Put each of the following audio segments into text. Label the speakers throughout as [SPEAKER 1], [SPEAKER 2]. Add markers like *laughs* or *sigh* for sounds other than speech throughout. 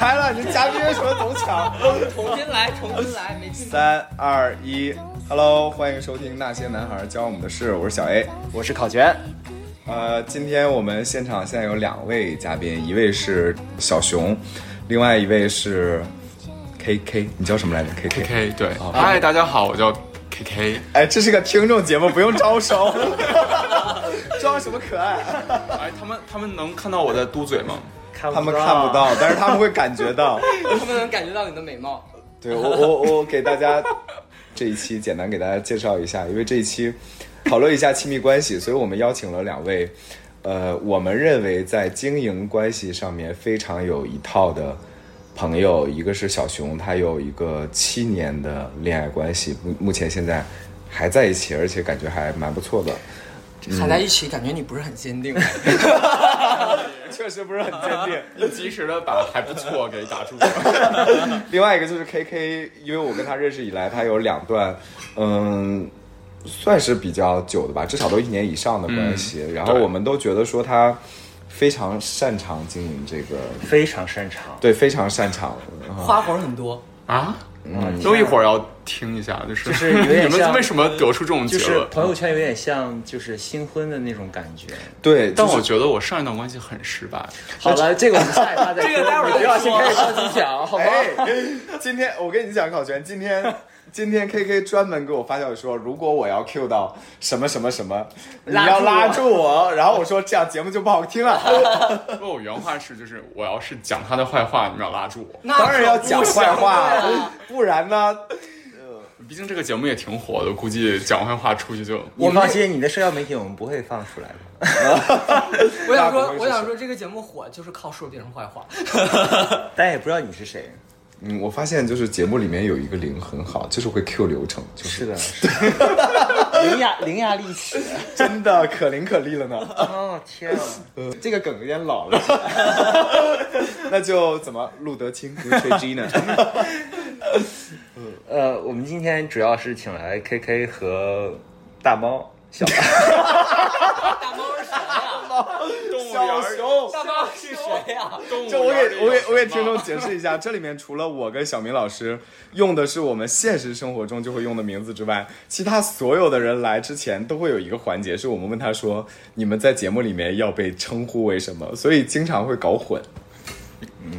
[SPEAKER 1] 啊！你嘉宾为什么总抢？
[SPEAKER 2] 重新来，重新来，没
[SPEAKER 1] *laughs*
[SPEAKER 2] 听。
[SPEAKER 1] 三二一，Hello，欢迎收听那些男孩教我们的事，我是小 A。
[SPEAKER 3] 我是考全，
[SPEAKER 1] 呃，今天我们现场现在有两位嘉宾，一位是小熊，另外一位是 KK，你叫什么来着？KK。
[SPEAKER 4] K K 对，嗨，大家好，我叫 K K，
[SPEAKER 1] 哎，这是个听众节目，不用招
[SPEAKER 4] *laughs*
[SPEAKER 1] 手， *laughs* 装什么可爱？啊
[SPEAKER 4] 哎，他们他们能看到我在嘟嘴吗？
[SPEAKER 3] 看
[SPEAKER 1] 他们看不，到，但是他们会感觉到。
[SPEAKER 2] *laughs* 他们能感觉到你的美貌。
[SPEAKER 3] 嗯
[SPEAKER 1] 对我我我给大家这一期简单给大家介绍一下，因为这一期讨论一下亲密关系，所以我们邀请了两位，呃，我们认为在经营关系上面非常有一套的朋友，一个是小熊，他有一个七年的恋爱关系，目目前现在还在一起，而且感觉还蛮不错的。
[SPEAKER 2] 喊在一起，感觉你不是很坚定。
[SPEAKER 1] 确实不是很坚定。
[SPEAKER 4] 又及时的把还不错给打住。
[SPEAKER 1] 另外一个就是 KK，因为我跟他认识以来，他有两段，嗯，算是比较久的吧，至少都一年以上的关系。然后
[SPEAKER 4] 对
[SPEAKER 1] 我们都觉得说他非常擅长经营这个，
[SPEAKER 3] 非常擅长。
[SPEAKER 1] 对，非常擅长。
[SPEAKER 3] 嗯
[SPEAKER 1] 啊
[SPEAKER 2] 花活儿很多，
[SPEAKER 4] 啊，都一会儿要听一下，就是
[SPEAKER 3] 就是有点像
[SPEAKER 4] 你们为什么得出这种
[SPEAKER 3] 就
[SPEAKER 4] 结
[SPEAKER 3] 是
[SPEAKER 4] 论？
[SPEAKER 3] 朋友圈有点像，就是新婚的那种感觉。
[SPEAKER 1] 对，
[SPEAKER 4] 但
[SPEAKER 1] 就
[SPEAKER 4] 我
[SPEAKER 1] 是
[SPEAKER 4] 觉得我上一段关系很失败，
[SPEAKER 3] 好了，这个我们下一趴再说。 *laughs* 这个待会儿不要先开始着急讲，好吗？
[SPEAKER 1] 哎，今天我跟你讲，考全，今天 *laughs* 今天 K K 专门给我发消息说，如果我要 Q 到什么什么什么，你要拉
[SPEAKER 2] 拉
[SPEAKER 1] 住我。然后我说这样节目就不好听了，
[SPEAKER 4] 因为我原话是就是我要是讲他的坏话，你们要拉住我。
[SPEAKER 2] 那
[SPEAKER 1] 当然要
[SPEAKER 2] 可不
[SPEAKER 1] 讲
[SPEAKER 2] 行
[SPEAKER 1] 坏话
[SPEAKER 2] 啊。，
[SPEAKER 1] 不然呢？
[SPEAKER 4] 毕竟这个节目也挺火的，估计讲坏话出去就
[SPEAKER 3] *laughs* 你放心，你的社交媒体我们不会放出来的。
[SPEAKER 2] 我想
[SPEAKER 1] 大
[SPEAKER 2] 说
[SPEAKER 1] 部分，是
[SPEAKER 2] 我想说，这个节目火就是靠说别人坏话。
[SPEAKER 3] 大家也不知道你是谁。
[SPEAKER 1] 嗯，我发现就是节目里面有一个零很好，就是会 Q 流程，就是
[SPEAKER 3] 的，是的伶牙伶牙俐齿。
[SPEAKER 1] *laughs* 真的可伶可俐了呢。
[SPEAKER 3] *laughs*
[SPEAKER 1] *laughs*
[SPEAKER 3] 哦天啊！
[SPEAKER 1] 呃这个梗有点老了， *laughs* 那就怎么路德清如吹鸡 *laughs* 呢？
[SPEAKER 3] 呃，我们今天主要是请来 KK 和大猫小
[SPEAKER 2] 大猫是谁呀？
[SPEAKER 4] 动物
[SPEAKER 1] 小熊。
[SPEAKER 2] 大猫是谁啊呀？
[SPEAKER 4] 动物
[SPEAKER 1] 就我给我给我给听众解释一下，这里面除了我跟小明老师用的是我们现实生活中就会用的名字之外，其他所有的人来之前都会有一个环节，是我们问他说你们在节目里面要被称呼为什么，所以经常会搞混。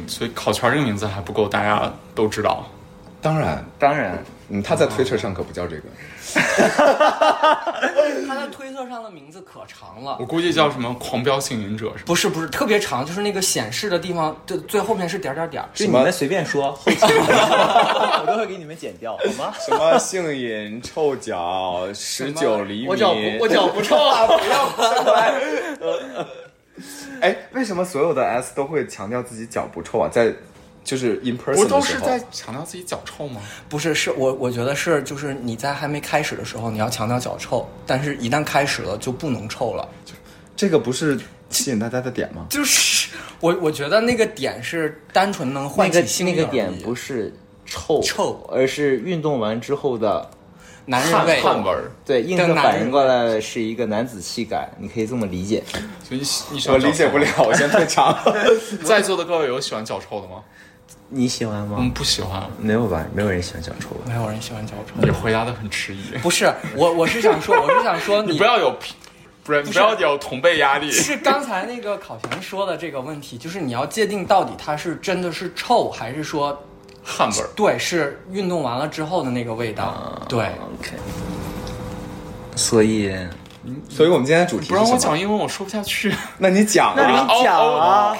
[SPEAKER 4] 所以烤全这个名字还不够，大家都知道。
[SPEAKER 1] 当然，
[SPEAKER 3] 当然，
[SPEAKER 1] 嗯，他在推特上可不叫这个。
[SPEAKER 2] 他在推特上的名字可长了
[SPEAKER 4] 我。估计叫什么狂飙幸运者是吧？
[SPEAKER 2] 不是不是，特别长，就是那个显示的地方，就最后面是点儿点儿点儿。
[SPEAKER 3] 就
[SPEAKER 1] 什
[SPEAKER 3] 你
[SPEAKER 1] 么
[SPEAKER 3] 们随便说，后 *laughs* 期我都会给你们剪掉，好吗？
[SPEAKER 1] 什么性瘾、臭脚、十九厘米？
[SPEAKER 3] 我脚不，我脚不臭啊！ *laughs*
[SPEAKER 1] 哎，为什么所有的 S 都会强调自己脚不臭啊？在就是 in person
[SPEAKER 4] 不都
[SPEAKER 1] 的时
[SPEAKER 4] 是
[SPEAKER 1] 候
[SPEAKER 4] 在强调自己脚臭吗？
[SPEAKER 2] 不是，是我我觉得是，就是你在还没开始的时候，你要强调脚臭，但是一旦开始了就不能臭了。
[SPEAKER 1] 这个不是吸引大家的点
[SPEAKER 2] *laughs*
[SPEAKER 1] 吗？
[SPEAKER 2] 就是我我觉得那个点是单纯能
[SPEAKER 3] 那
[SPEAKER 2] 唤
[SPEAKER 3] 个
[SPEAKER 2] 起性
[SPEAKER 3] 那个点不
[SPEAKER 2] 是
[SPEAKER 3] 是臭
[SPEAKER 2] 臭
[SPEAKER 3] 而是运动完之后的
[SPEAKER 2] 男人味，
[SPEAKER 4] 汗味儿，
[SPEAKER 3] 对映
[SPEAKER 2] 跟
[SPEAKER 3] 射
[SPEAKER 2] 男
[SPEAKER 3] 反
[SPEAKER 2] 人
[SPEAKER 3] 应过来是一个男子气概，你可以这么理解。
[SPEAKER 4] 所以你你喜
[SPEAKER 1] 我
[SPEAKER 4] 欢脚臭吗
[SPEAKER 1] 理解不了。，我先退场。
[SPEAKER 4] *laughs* 在座的各位有喜欢脚臭的吗？
[SPEAKER 3] 你喜欢
[SPEAKER 4] 我
[SPEAKER 3] 吗？
[SPEAKER 4] 们不喜欢，
[SPEAKER 3] 没有吧，没有人喜欢脚臭吧？
[SPEAKER 2] 没有人喜欢脚臭。
[SPEAKER 4] 你回答的很迟 *laughs* 疑。
[SPEAKER 2] 不是我，我是想说，我是想说你，
[SPEAKER 4] 你不要有，不是你不要有同辈压 *laughs* 力。
[SPEAKER 2] 是刚才那个考全说的这个问题，就是你要界定到底它是真的是臭，还是说
[SPEAKER 4] 汗味儿，
[SPEAKER 2] 对是运动完了之后的那个味道。对，
[SPEAKER 3] OK。所以
[SPEAKER 1] *laughs* 所以我们今天的主题
[SPEAKER 4] 不让我
[SPEAKER 1] 是什么？
[SPEAKER 4] 讲英文，我说不下去。
[SPEAKER 1] 那你讲
[SPEAKER 3] 那
[SPEAKER 1] 啊！
[SPEAKER 3] 你讲啊，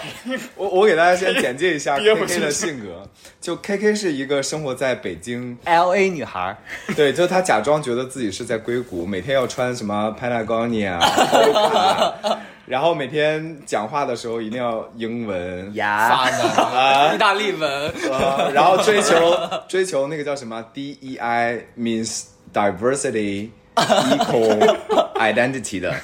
[SPEAKER 1] 我我给大家先简介一下
[SPEAKER 4] 憋回
[SPEAKER 1] KK
[SPEAKER 4] 去
[SPEAKER 1] 的性格。就 KK 是一个生活在北京
[SPEAKER 3] L A 女孩儿，
[SPEAKER 1] *laughs* 对，就是他假装觉得自己是在硅谷，每天要穿什么 Patagonia，然啊 *laughs* 后每天讲话的时候一定要英
[SPEAKER 5] *laughs*
[SPEAKER 1] 文，
[SPEAKER 3] 呀，
[SPEAKER 2] 法文、意大利文，
[SPEAKER 1] 呃然后追求追求那个叫什么 DEI means diversity equal identity 的。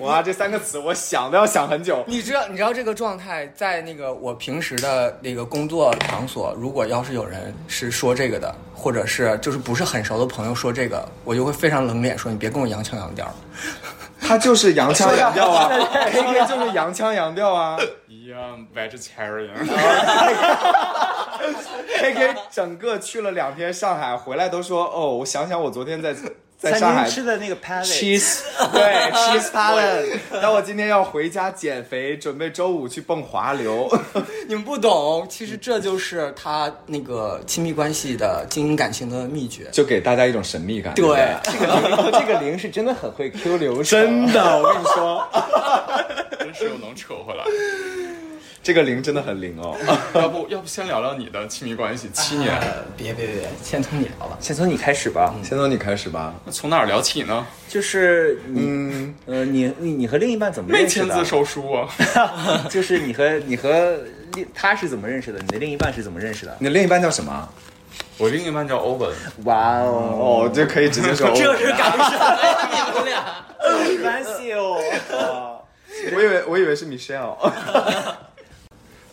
[SPEAKER 1] 哇，这三个词我想都要想很久。
[SPEAKER 2] 你知道，你知道这个状态在那个我平时的那个工作场所，如果要是有人是说这个的，或者是就是不是很熟的朋友说这个，我就会非常冷脸说你别跟我洋腔洋调儿。
[SPEAKER 1] 他就是洋腔洋调啊
[SPEAKER 2] 对
[SPEAKER 1] ，K K 就是洋腔洋调啊
[SPEAKER 4] *laughs* 一样 vegetarian。
[SPEAKER 1] ，K K 整个去了两天上海，回来都说哦，我想想我昨天在在上
[SPEAKER 5] 餐
[SPEAKER 1] 海
[SPEAKER 5] 厅吃的那个
[SPEAKER 1] *laughs*
[SPEAKER 5] palette，
[SPEAKER 1] cheese 对 cheese palette，但我今天要回家减肥，准备周五去蹦滑流。
[SPEAKER 2] 你们不懂，其实这就是他那个亲密关系的经营感情的秘诀。
[SPEAKER 1] *laughs* 就给大家一种神秘感。
[SPEAKER 2] 对
[SPEAKER 1] 不对，
[SPEAKER 5] 这个零这个零是真的很会 Q 流程，
[SPEAKER 3] 啊
[SPEAKER 1] 真的，我跟你说，
[SPEAKER 4] 真是又能扯 *laughs* 回来。
[SPEAKER 1] *laughs* 这个零真的很灵哦。
[SPEAKER 4] 要不，要不先聊聊你的亲密关系？七年， *laughs*
[SPEAKER 2] 呃，别别别，先从你聊吧。
[SPEAKER 5] 先从你开始吧，
[SPEAKER 3] 嗯
[SPEAKER 1] 先从你开始吧。
[SPEAKER 4] 那从哪儿聊起呢？
[SPEAKER 5] 就是你，
[SPEAKER 3] 嗯
[SPEAKER 5] 呃，你你你和另一半怎么
[SPEAKER 4] 没
[SPEAKER 5] 认识
[SPEAKER 4] 签字
[SPEAKER 5] 的？
[SPEAKER 4] 收书 *laughs* 啊！
[SPEAKER 5] *laughs* 就是你和你和另他是怎么认识的？你的另一半是怎么认识的？
[SPEAKER 1] 你的另一半叫什么？
[SPEAKER 4] 我另一半叫欧文，
[SPEAKER 5] 哇哦，
[SPEAKER 1] 哦，就可以直 *laughs* 接说。
[SPEAKER 2] 这是感什么呀？你们俩？
[SPEAKER 5] 关系哦。
[SPEAKER 1] 我以为我以为是 Michelle。 *laughs*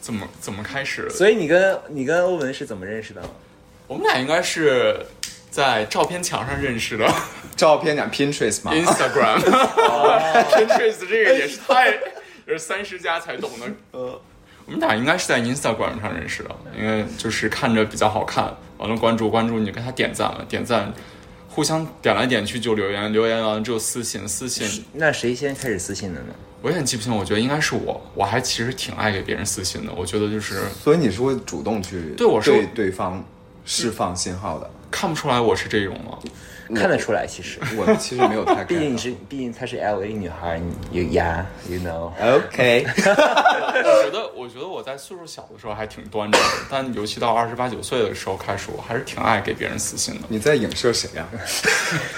[SPEAKER 4] 怎么怎么开始？
[SPEAKER 5] *laughs* 所以你跟你跟欧文是怎么认识的？
[SPEAKER 4] 我们俩应该是在照片墙上认识的
[SPEAKER 1] 照片讲 Pinterest 嘛，
[SPEAKER 4] ，Instagram。Pinterest 哦这个也是太，也是三十加才懂的。呃我们俩应该是在 Instagram 上认识的，因为就是看着比较好看，完了关注关注你，跟他点赞了，点赞，互相点来点去就留言，留言完了之后私信，私信
[SPEAKER 5] 那谁先开始私信的呢？
[SPEAKER 4] 我也很记不清，我觉得应该是我，我还其实挺爱给别人私信的，我觉得就是
[SPEAKER 1] 所以你是会主动去
[SPEAKER 4] 对我是
[SPEAKER 1] 对对方释放信号的。
[SPEAKER 4] 看不出来我是这种吗？
[SPEAKER 5] 看得出来，其实，
[SPEAKER 1] 我其实没有 *laughs* 太
[SPEAKER 5] 毕竟
[SPEAKER 1] 看
[SPEAKER 5] 你。是，毕竟她是 L A 女孩，你有呀，you know。
[SPEAKER 1] OK，
[SPEAKER 4] 我觉得，我觉得我在岁数小的时候还挺端着的，但尤其到二十八九岁的时候开始，我还是挺爱给别人私信的。
[SPEAKER 1] 你在影射谁啊呀、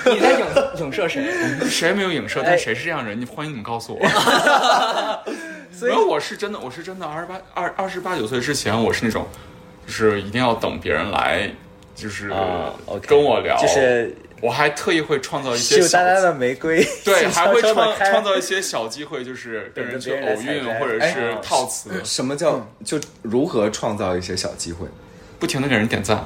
[SPEAKER 2] 你在影影射谁？
[SPEAKER 4] 谁没有影射？但谁是这样人？你欢迎你们告诉我。然后我是真的，我是真的二十八二二十八九岁之前，我是那种，就是一定要等别人来，就是
[SPEAKER 5] 啊
[SPEAKER 4] 呃
[SPEAKER 5] ，OK
[SPEAKER 4] 跟我聊，
[SPEAKER 5] 就是
[SPEAKER 4] 我还特意会创造一些
[SPEAKER 5] 羞
[SPEAKER 4] 小
[SPEAKER 5] 答答的玫瑰， *laughs*
[SPEAKER 4] 对，还会
[SPEAKER 5] 悄悄
[SPEAKER 4] 创
[SPEAKER 5] 地开
[SPEAKER 4] 创造一些小机会，就是跟人去
[SPEAKER 5] 等着别人
[SPEAKER 4] 偶
[SPEAKER 5] 来
[SPEAKER 4] 运
[SPEAKER 5] 采摘
[SPEAKER 4] 或者是
[SPEAKER 5] 哎
[SPEAKER 4] 套词，
[SPEAKER 1] 啊
[SPEAKER 4] 嗯
[SPEAKER 1] 什么叫就如何创造一些小机会？
[SPEAKER 4] 不停的给人点赞，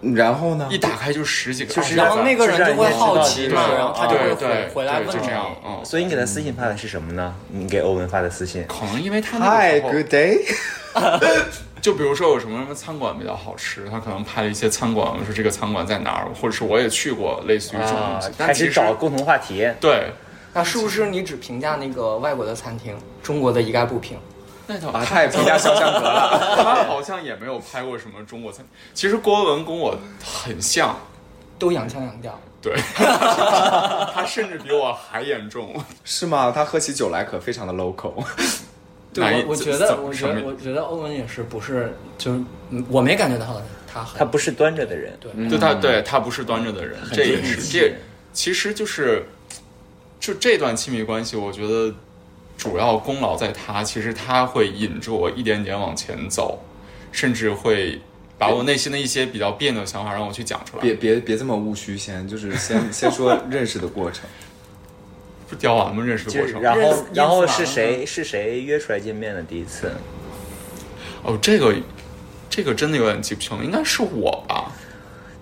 [SPEAKER 1] 然后呢
[SPEAKER 4] 一？打开就十几个，
[SPEAKER 5] 就是
[SPEAKER 2] *laughs* 然
[SPEAKER 4] 二十个
[SPEAKER 2] 后那个人就会好奇嘛，
[SPEAKER 4] 对
[SPEAKER 2] 然后他就会
[SPEAKER 4] 对对
[SPEAKER 2] 回回来
[SPEAKER 4] 对
[SPEAKER 2] 问
[SPEAKER 4] 就这样
[SPEAKER 2] 你。，
[SPEAKER 4] 嗯。
[SPEAKER 5] 所以你给他私信发的是什么呢？你给欧文发的私信，
[SPEAKER 4] 可能因为他那个
[SPEAKER 1] 嗨
[SPEAKER 4] 时候，
[SPEAKER 1] ，Good day。
[SPEAKER 4] 就比如说有什么什么餐馆比较好吃，他可能拍了一些餐馆，我说这个餐馆在哪儿，或者是我也去过，类似于这种东
[SPEAKER 5] 啊
[SPEAKER 4] 西。，但
[SPEAKER 5] 开
[SPEAKER 4] 其
[SPEAKER 5] 始
[SPEAKER 4] 实
[SPEAKER 5] 找共同话题。
[SPEAKER 4] 对，
[SPEAKER 2] 那是不是你只评价那个外国的餐厅，中国的一概不评？
[SPEAKER 4] 那倒
[SPEAKER 1] 啊，他也评价肖像格了。
[SPEAKER 4] 他好像也没有拍过什么中国餐。其实郭文跟我很像，
[SPEAKER 2] 都洋腔洋调。
[SPEAKER 4] 对， *laughs* 他甚至比我还严重。
[SPEAKER 1] *laughs* 是吗？他喝起酒来可非常的 local。
[SPEAKER 4] 哪
[SPEAKER 2] 对，
[SPEAKER 4] 一
[SPEAKER 2] 我我
[SPEAKER 4] 怎
[SPEAKER 2] 觉得
[SPEAKER 4] 怎，么
[SPEAKER 2] 我
[SPEAKER 4] 什
[SPEAKER 2] 觉得，
[SPEAKER 4] 么
[SPEAKER 2] 我觉得欧文也是，不是，就是嗯我没感觉到他很
[SPEAKER 5] 他不是端着的人，
[SPEAKER 2] 对
[SPEAKER 4] 对
[SPEAKER 5] 嗯
[SPEAKER 4] 他，对他不是端着的人，这也是这，其实就是就这段亲密关系，我觉得主要功劳在他，其实他会引着我一点点往前走，甚至会把我内心的一些比较别扭的想法让我去讲出来。
[SPEAKER 1] 别别别这么务虚先，就是先 *laughs* 先说认识的过程。
[SPEAKER 4] 不交往们认识的
[SPEAKER 5] 就
[SPEAKER 4] 过
[SPEAKER 5] 是
[SPEAKER 4] 程
[SPEAKER 5] 然
[SPEAKER 2] 认
[SPEAKER 5] 后
[SPEAKER 2] 识
[SPEAKER 5] 然后
[SPEAKER 2] 认识
[SPEAKER 5] 是
[SPEAKER 2] 完
[SPEAKER 5] 谁是谁约出来见面的第一次？
[SPEAKER 4] 哦，这个这个真的有点记不清了，应该是我吧？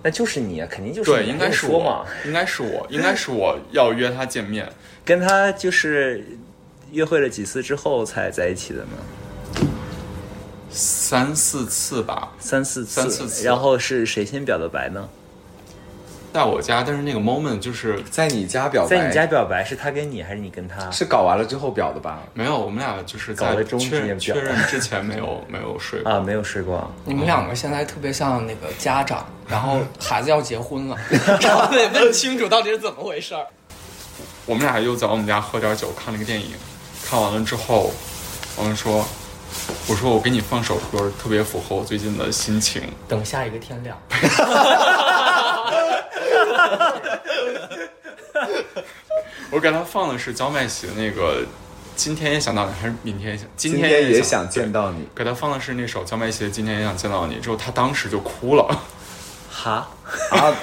[SPEAKER 5] 那就是你，啊，肯定就是
[SPEAKER 4] 对，
[SPEAKER 5] 你
[SPEAKER 4] 应该是
[SPEAKER 5] 说
[SPEAKER 4] 我
[SPEAKER 5] 嘛，，
[SPEAKER 4] 应该是我，应该是我要约他见面。
[SPEAKER 5] 跟他就是约会了几次之后才在一起的嘛，
[SPEAKER 4] 三四次吧，
[SPEAKER 5] 三四次，
[SPEAKER 4] 三四次
[SPEAKER 5] 然后是谁先表的白呢？
[SPEAKER 4] 在我家，但是那个 moment 就是
[SPEAKER 1] 在你家表白，
[SPEAKER 5] 在你家表白是他跟你还是你跟他？
[SPEAKER 1] 是搞完了之后表的吧？
[SPEAKER 4] 没有，我们俩就是
[SPEAKER 5] 搞
[SPEAKER 4] 在
[SPEAKER 5] 了中
[SPEAKER 4] 确
[SPEAKER 5] 指也
[SPEAKER 4] 认
[SPEAKER 5] 不
[SPEAKER 4] 确
[SPEAKER 5] 要
[SPEAKER 4] 认之前没有没有睡过。
[SPEAKER 5] 啊，没有睡过。
[SPEAKER 2] 你们两个现在特别像那个家长，然
[SPEAKER 1] *laughs*
[SPEAKER 2] 后孩子要结婚了， *laughs* 然后得问清楚到底是怎么回事儿。
[SPEAKER 4] 我们俩又在我们家喝点酒，看了个电影，看完了之后，我们说，我说我给你放首歌，特别符合我最近的心情。
[SPEAKER 2] 等下一个天亮，
[SPEAKER 4] 我给他放的是焦麦喜的那个《今天也想到你》，还是明天也想？今
[SPEAKER 1] 今天
[SPEAKER 4] 天
[SPEAKER 1] 也
[SPEAKER 4] 想。
[SPEAKER 1] 想见到你，
[SPEAKER 4] 给他放的是那首焦麦喜的《今天也想见到你》，之后他当时就哭了。
[SPEAKER 5] 哈，
[SPEAKER 1] 啊！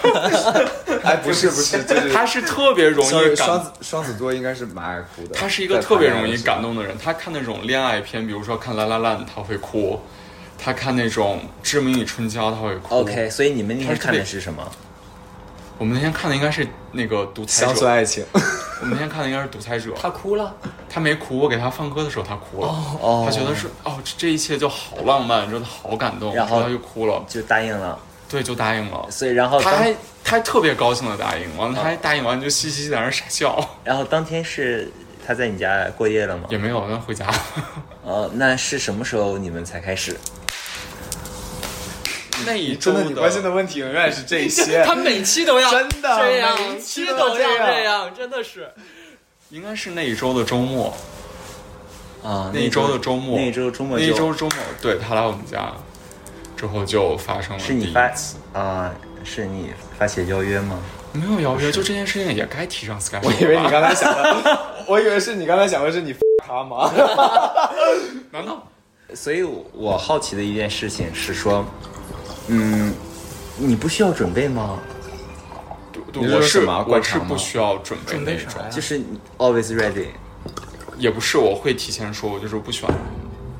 [SPEAKER 4] *laughs*
[SPEAKER 1] 哎，不是不是，就是
[SPEAKER 4] 他是特别容易
[SPEAKER 1] 双
[SPEAKER 4] 感
[SPEAKER 1] 双子双子座应该是蛮爱哭的。
[SPEAKER 4] 他是一个特别容易感动的人。他看那种恋爱片，比如说看《La La Land》，他会哭；他看那种《致命与春娇》，他会哭。
[SPEAKER 5] OK，所以你们那天
[SPEAKER 4] 他是
[SPEAKER 5] 看的
[SPEAKER 4] 被
[SPEAKER 5] 是什么？
[SPEAKER 4] 我们那天看的应该是那个《独裁
[SPEAKER 1] 乡
[SPEAKER 4] 者
[SPEAKER 1] 村》，爱情，
[SPEAKER 4] 我们那天看的应该是《独裁者》，
[SPEAKER 2] 他
[SPEAKER 1] *laughs*
[SPEAKER 2] 哭了，
[SPEAKER 4] 他没哭，我给他放歌的时候他哭了，
[SPEAKER 1] 哦
[SPEAKER 4] 他觉得是哦，这这一切就好浪漫，真的好感动，
[SPEAKER 5] 然后
[SPEAKER 4] 他就哭了，
[SPEAKER 5] 就答应了。
[SPEAKER 4] 对，就答应了。
[SPEAKER 5] 所以然后
[SPEAKER 4] 他
[SPEAKER 5] 当
[SPEAKER 4] 还他还特别高兴的答应，完了他还答应完就嘻嘻在那儿傻笑，
[SPEAKER 5] 然后当天是他在你家过夜了吗？
[SPEAKER 4] 也没有，他回家了。
[SPEAKER 5] 哦，那是什么时候你们才开始？
[SPEAKER 4] *laughs* 那一周
[SPEAKER 1] 真的，你关心的问题永远是这些。
[SPEAKER 2] *laughs* 他每期都要
[SPEAKER 1] 真的
[SPEAKER 2] 这样，
[SPEAKER 1] 每一期都
[SPEAKER 2] 都
[SPEAKER 1] 这
[SPEAKER 2] 要
[SPEAKER 1] 样
[SPEAKER 2] 这样，真的是。
[SPEAKER 4] 应该是那一周的周末，
[SPEAKER 5] 啊，
[SPEAKER 4] 那一周的周末，
[SPEAKER 5] 那一周周末
[SPEAKER 4] 那
[SPEAKER 5] 就
[SPEAKER 4] 一周周末，对他来我们家之后就发生了
[SPEAKER 5] 是
[SPEAKER 4] 第
[SPEAKER 5] 你
[SPEAKER 4] 一
[SPEAKER 5] 发
[SPEAKER 4] 次，
[SPEAKER 5] 啊，是你发起邀约吗？
[SPEAKER 4] 没有邀约，就这件事情也该提上 Sky。
[SPEAKER 1] 我以为你刚才想的，我以为是你刚才想的是你他吗？
[SPEAKER 4] 难道
[SPEAKER 5] 所以我我好奇的一件事情是说，嗯，你不需要准备吗？
[SPEAKER 1] 你
[SPEAKER 4] 我
[SPEAKER 1] 说
[SPEAKER 4] 是
[SPEAKER 1] 什么啊
[SPEAKER 4] 我
[SPEAKER 1] 灌
[SPEAKER 4] 是
[SPEAKER 1] 肠吗
[SPEAKER 4] 不需要准备那
[SPEAKER 2] 准备
[SPEAKER 4] 种
[SPEAKER 2] 哎啥呀，
[SPEAKER 5] 就是 always ready。
[SPEAKER 4] 也不是我会提前说，我就是不喜欢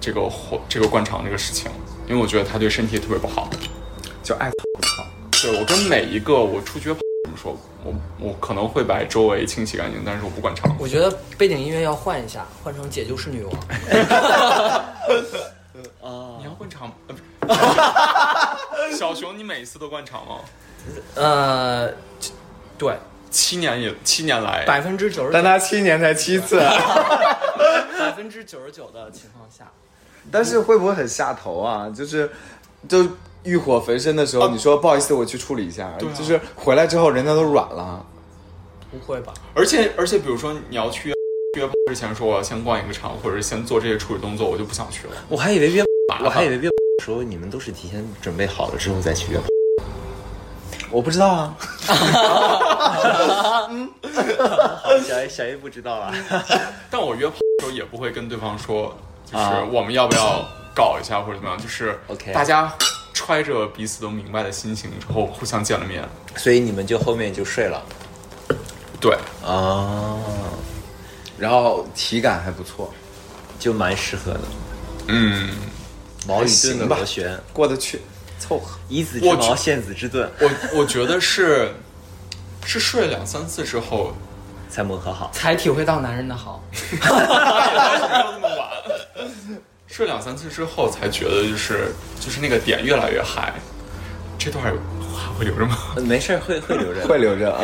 [SPEAKER 4] 这个火这个灌肠这个事情，因为我觉得它对身体特别不好。
[SPEAKER 1] 就爱
[SPEAKER 4] 对我跟每一个我出去怎么说，我我可能会把周围清洗干净，但是我不灌肠。
[SPEAKER 2] 我觉得背景音乐要换一下，换成《姐就是女王》。
[SPEAKER 4] 你要灌肠吗？呃不是 *laughs* 小熊，你每一次都灌肠吗？
[SPEAKER 2] 呃，对，
[SPEAKER 4] 七年也七年来，
[SPEAKER 2] 百分之九十
[SPEAKER 1] 但
[SPEAKER 2] 九，
[SPEAKER 1] 他七年才七次，啊
[SPEAKER 2] 百分之九十九的情况下，
[SPEAKER 1] *laughs* 但是会不会很下头啊？就是，就欲火焚身的时候，你说不好意思，我去处理一下，
[SPEAKER 4] 对啊
[SPEAKER 1] 就是回来之后人家都软了。
[SPEAKER 2] 不会吧？
[SPEAKER 4] 而且而且，比如说你要去约约炮之前说我要先灌一个肠，或者是先做这些处理动作，我就不想去了。
[SPEAKER 5] 我还以为约，
[SPEAKER 4] 麻烦
[SPEAKER 5] 我还以为约的时候你们都是提前准备好了之后再去约。
[SPEAKER 1] 我不知道啊，
[SPEAKER 5] 嗯小 A 小 A 不知道啊，
[SPEAKER 4] 但我约炮的时候也不会跟对方说，就是我们要不要搞一下或者怎么样，就是
[SPEAKER 5] 啊 OK
[SPEAKER 4] 大家揣着彼此都明白的心情之后互相见了面。
[SPEAKER 5] 所以你们就后面就睡了
[SPEAKER 4] 对，
[SPEAKER 5] 啊，
[SPEAKER 1] 然后体感还不错，
[SPEAKER 5] 就蛮适合的。
[SPEAKER 4] 嗯，
[SPEAKER 5] 矛与盾的
[SPEAKER 1] 行吧
[SPEAKER 5] 螺旋，
[SPEAKER 1] 过得去，凑合。
[SPEAKER 5] 以子之
[SPEAKER 4] 我
[SPEAKER 5] 矛，
[SPEAKER 4] 觉
[SPEAKER 5] 陷子之盾，
[SPEAKER 4] 我我觉得是是睡了两三次之后，
[SPEAKER 5] 才磨合好。
[SPEAKER 2] 才体会到男人的好。
[SPEAKER 4] 没有那么晚。 *laughs* 睡两三次之后才觉得，就是就是那个点越来越嗨。这段儿还会留着吗？
[SPEAKER 5] 呃没事儿，会会留着。
[SPEAKER 1] 会留着啊！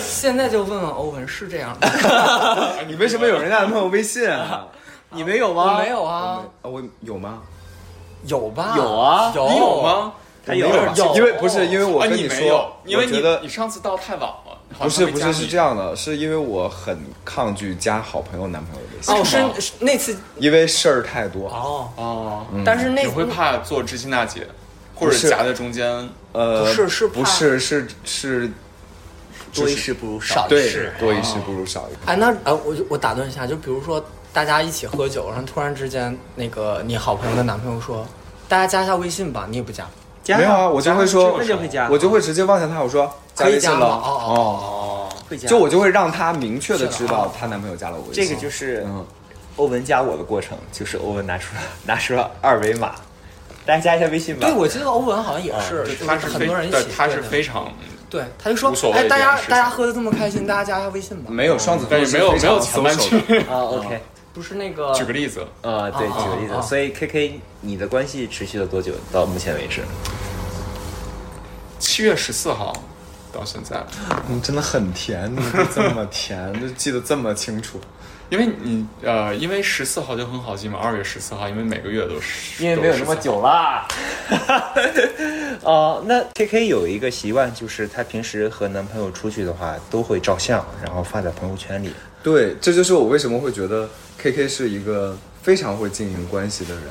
[SPEAKER 2] 现在就问问欧文是这样的，
[SPEAKER 1] 你为什么有人家男朋友微信啊？你没有
[SPEAKER 2] 我
[SPEAKER 1] 吗？
[SPEAKER 2] 没有啊，
[SPEAKER 1] 我没，啊我有吗？
[SPEAKER 2] 有吧？
[SPEAKER 5] 有啊
[SPEAKER 2] 有
[SPEAKER 4] 你有？吗？
[SPEAKER 1] 我
[SPEAKER 5] 他
[SPEAKER 1] 没
[SPEAKER 5] 有
[SPEAKER 1] 有吧
[SPEAKER 2] 哦
[SPEAKER 1] 啊
[SPEAKER 2] 有
[SPEAKER 1] 因为不是因为我
[SPEAKER 4] 啊，
[SPEAKER 1] 跟
[SPEAKER 4] 你没有
[SPEAKER 1] 说，，
[SPEAKER 4] 因为
[SPEAKER 1] 我觉
[SPEAKER 4] 你
[SPEAKER 1] 得
[SPEAKER 4] 你上次到太晚了。
[SPEAKER 1] 不是不是是这
[SPEAKER 4] 样，
[SPEAKER 1] 样的，是因为我很抗拒加好朋友男朋友微信，
[SPEAKER 2] 哦，是是那次
[SPEAKER 1] 因为事儿太多。
[SPEAKER 2] 哦，
[SPEAKER 4] 哦，
[SPEAKER 2] 但是那
[SPEAKER 4] 你会怕做知心大姐，或
[SPEAKER 1] 嗯
[SPEAKER 4] 者
[SPEAKER 1] 是
[SPEAKER 4] 夹在中间？
[SPEAKER 1] 呃，
[SPEAKER 2] 不是是怕
[SPEAKER 1] 不是是是，
[SPEAKER 5] 多一事不如少
[SPEAKER 2] 少
[SPEAKER 5] 一
[SPEAKER 1] 对
[SPEAKER 5] 事。，
[SPEAKER 1] 多一事不如少一事。
[SPEAKER 2] 哎，那呃，我就我打断一下，就比如说大家一起喝酒，然后突然之间那个你好朋友的男朋友说，大家加一下微信吧，你也不加，
[SPEAKER 5] 加
[SPEAKER 1] 没有啊，我就会说，
[SPEAKER 5] 那就会加，
[SPEAKER 1] 我就会直接望向他，我说加
[SPEAKER 2] 可以
[SPEAKER 1] 微信
[SPEAKER 2] 加
[SPEAKER 1] 了。
[SPEAKER 2] 吗？哦哦，
[SPEAKER 5] 会加。
[SPEAKER 1] 就我就会让他明确的
[SPEAKER 2] 是的哦
[SPEAKER 1] 知道她男朋友加了我微信。
[SPEAKER 5] 这个就是
[SPEAKER 1] 嗯
[SPEAKER 5] 欧文加我的过程，就是欧文拿出了拿出了二维码，大家加一下微信吧。
[SPEAKER 2] 对，我记得欧文好像也是，
[SPEAKER 4] 对
[SPEAKER 2] 就
[SPEAKER 4] 他是
[SPEAKER 2] 很
[SPEAKER 4] 非
[SPEAKER 2] 多人一
[SPEAKER 4] 对
[SPEAKER 2] 起，
[SPEAKER 4] 他是
[SPEAKER 2] 对对
[SPEAKER 4] 非常，
[SPEAKER 2] 对，他就说
[SPEAKER 4] 无所，谓
[SPEAKER 2] 哎，大
[SPEAKER 4] 这件
[SPEAKER 2] 家
[SPEAKER 4] 事情
[SPEAKER 2] 大家喝的这么开心，大家加一下微信吧。
[SPEAKER 1] 没有双子座
[SPEAKER 4] 但
[SPEAKER 1] 是
[SPEAKER 4] 是没有
[SPEAKER 1] 非
[SPEAKER 4] 没
[SPEAKER 1] 常
[SPEAKER 4] 有强搬
[SPEAKER 1] social 的
[SPEAKER 4] 去。
[SPEAKER 5] 啊，OK，
[SPEAKER 2] 不是那个
[SPEAKER 4] *laughs* 举个例子，
[SPEAKER 5] 呃，对，
[SPEAKER 2] 啊
[SPEAKER 5] 举个例
[SPEAKER 2] 啊啊
[SPEAKER 5] 子，所以 KK 你的关系持续了多久？到目前为止，
[SPEAKER 4] 七月十四号到现在，
[SPEAKER 1] 你嗯真的很甜，你怎么这么甜， *laughs* 就记得这么清楚。
[SPEAKER 4] 因为你呃，因为十四号就很好记嘛，二月十四号，因为每个月都是，
[SPEAKER 5] 因为没有那么
[SPEAKER 4] 都是14号。
[SPEAKER 5] 久啦。 *laughs* 哦、那 KK 有一个习惯，就是她平时和男朋友出去的话，都会照相，然后发在朋友圈里。
[SPEAKER 1] 对，这就是我为什么会觉得 KK 是一个非常会经营关系的人，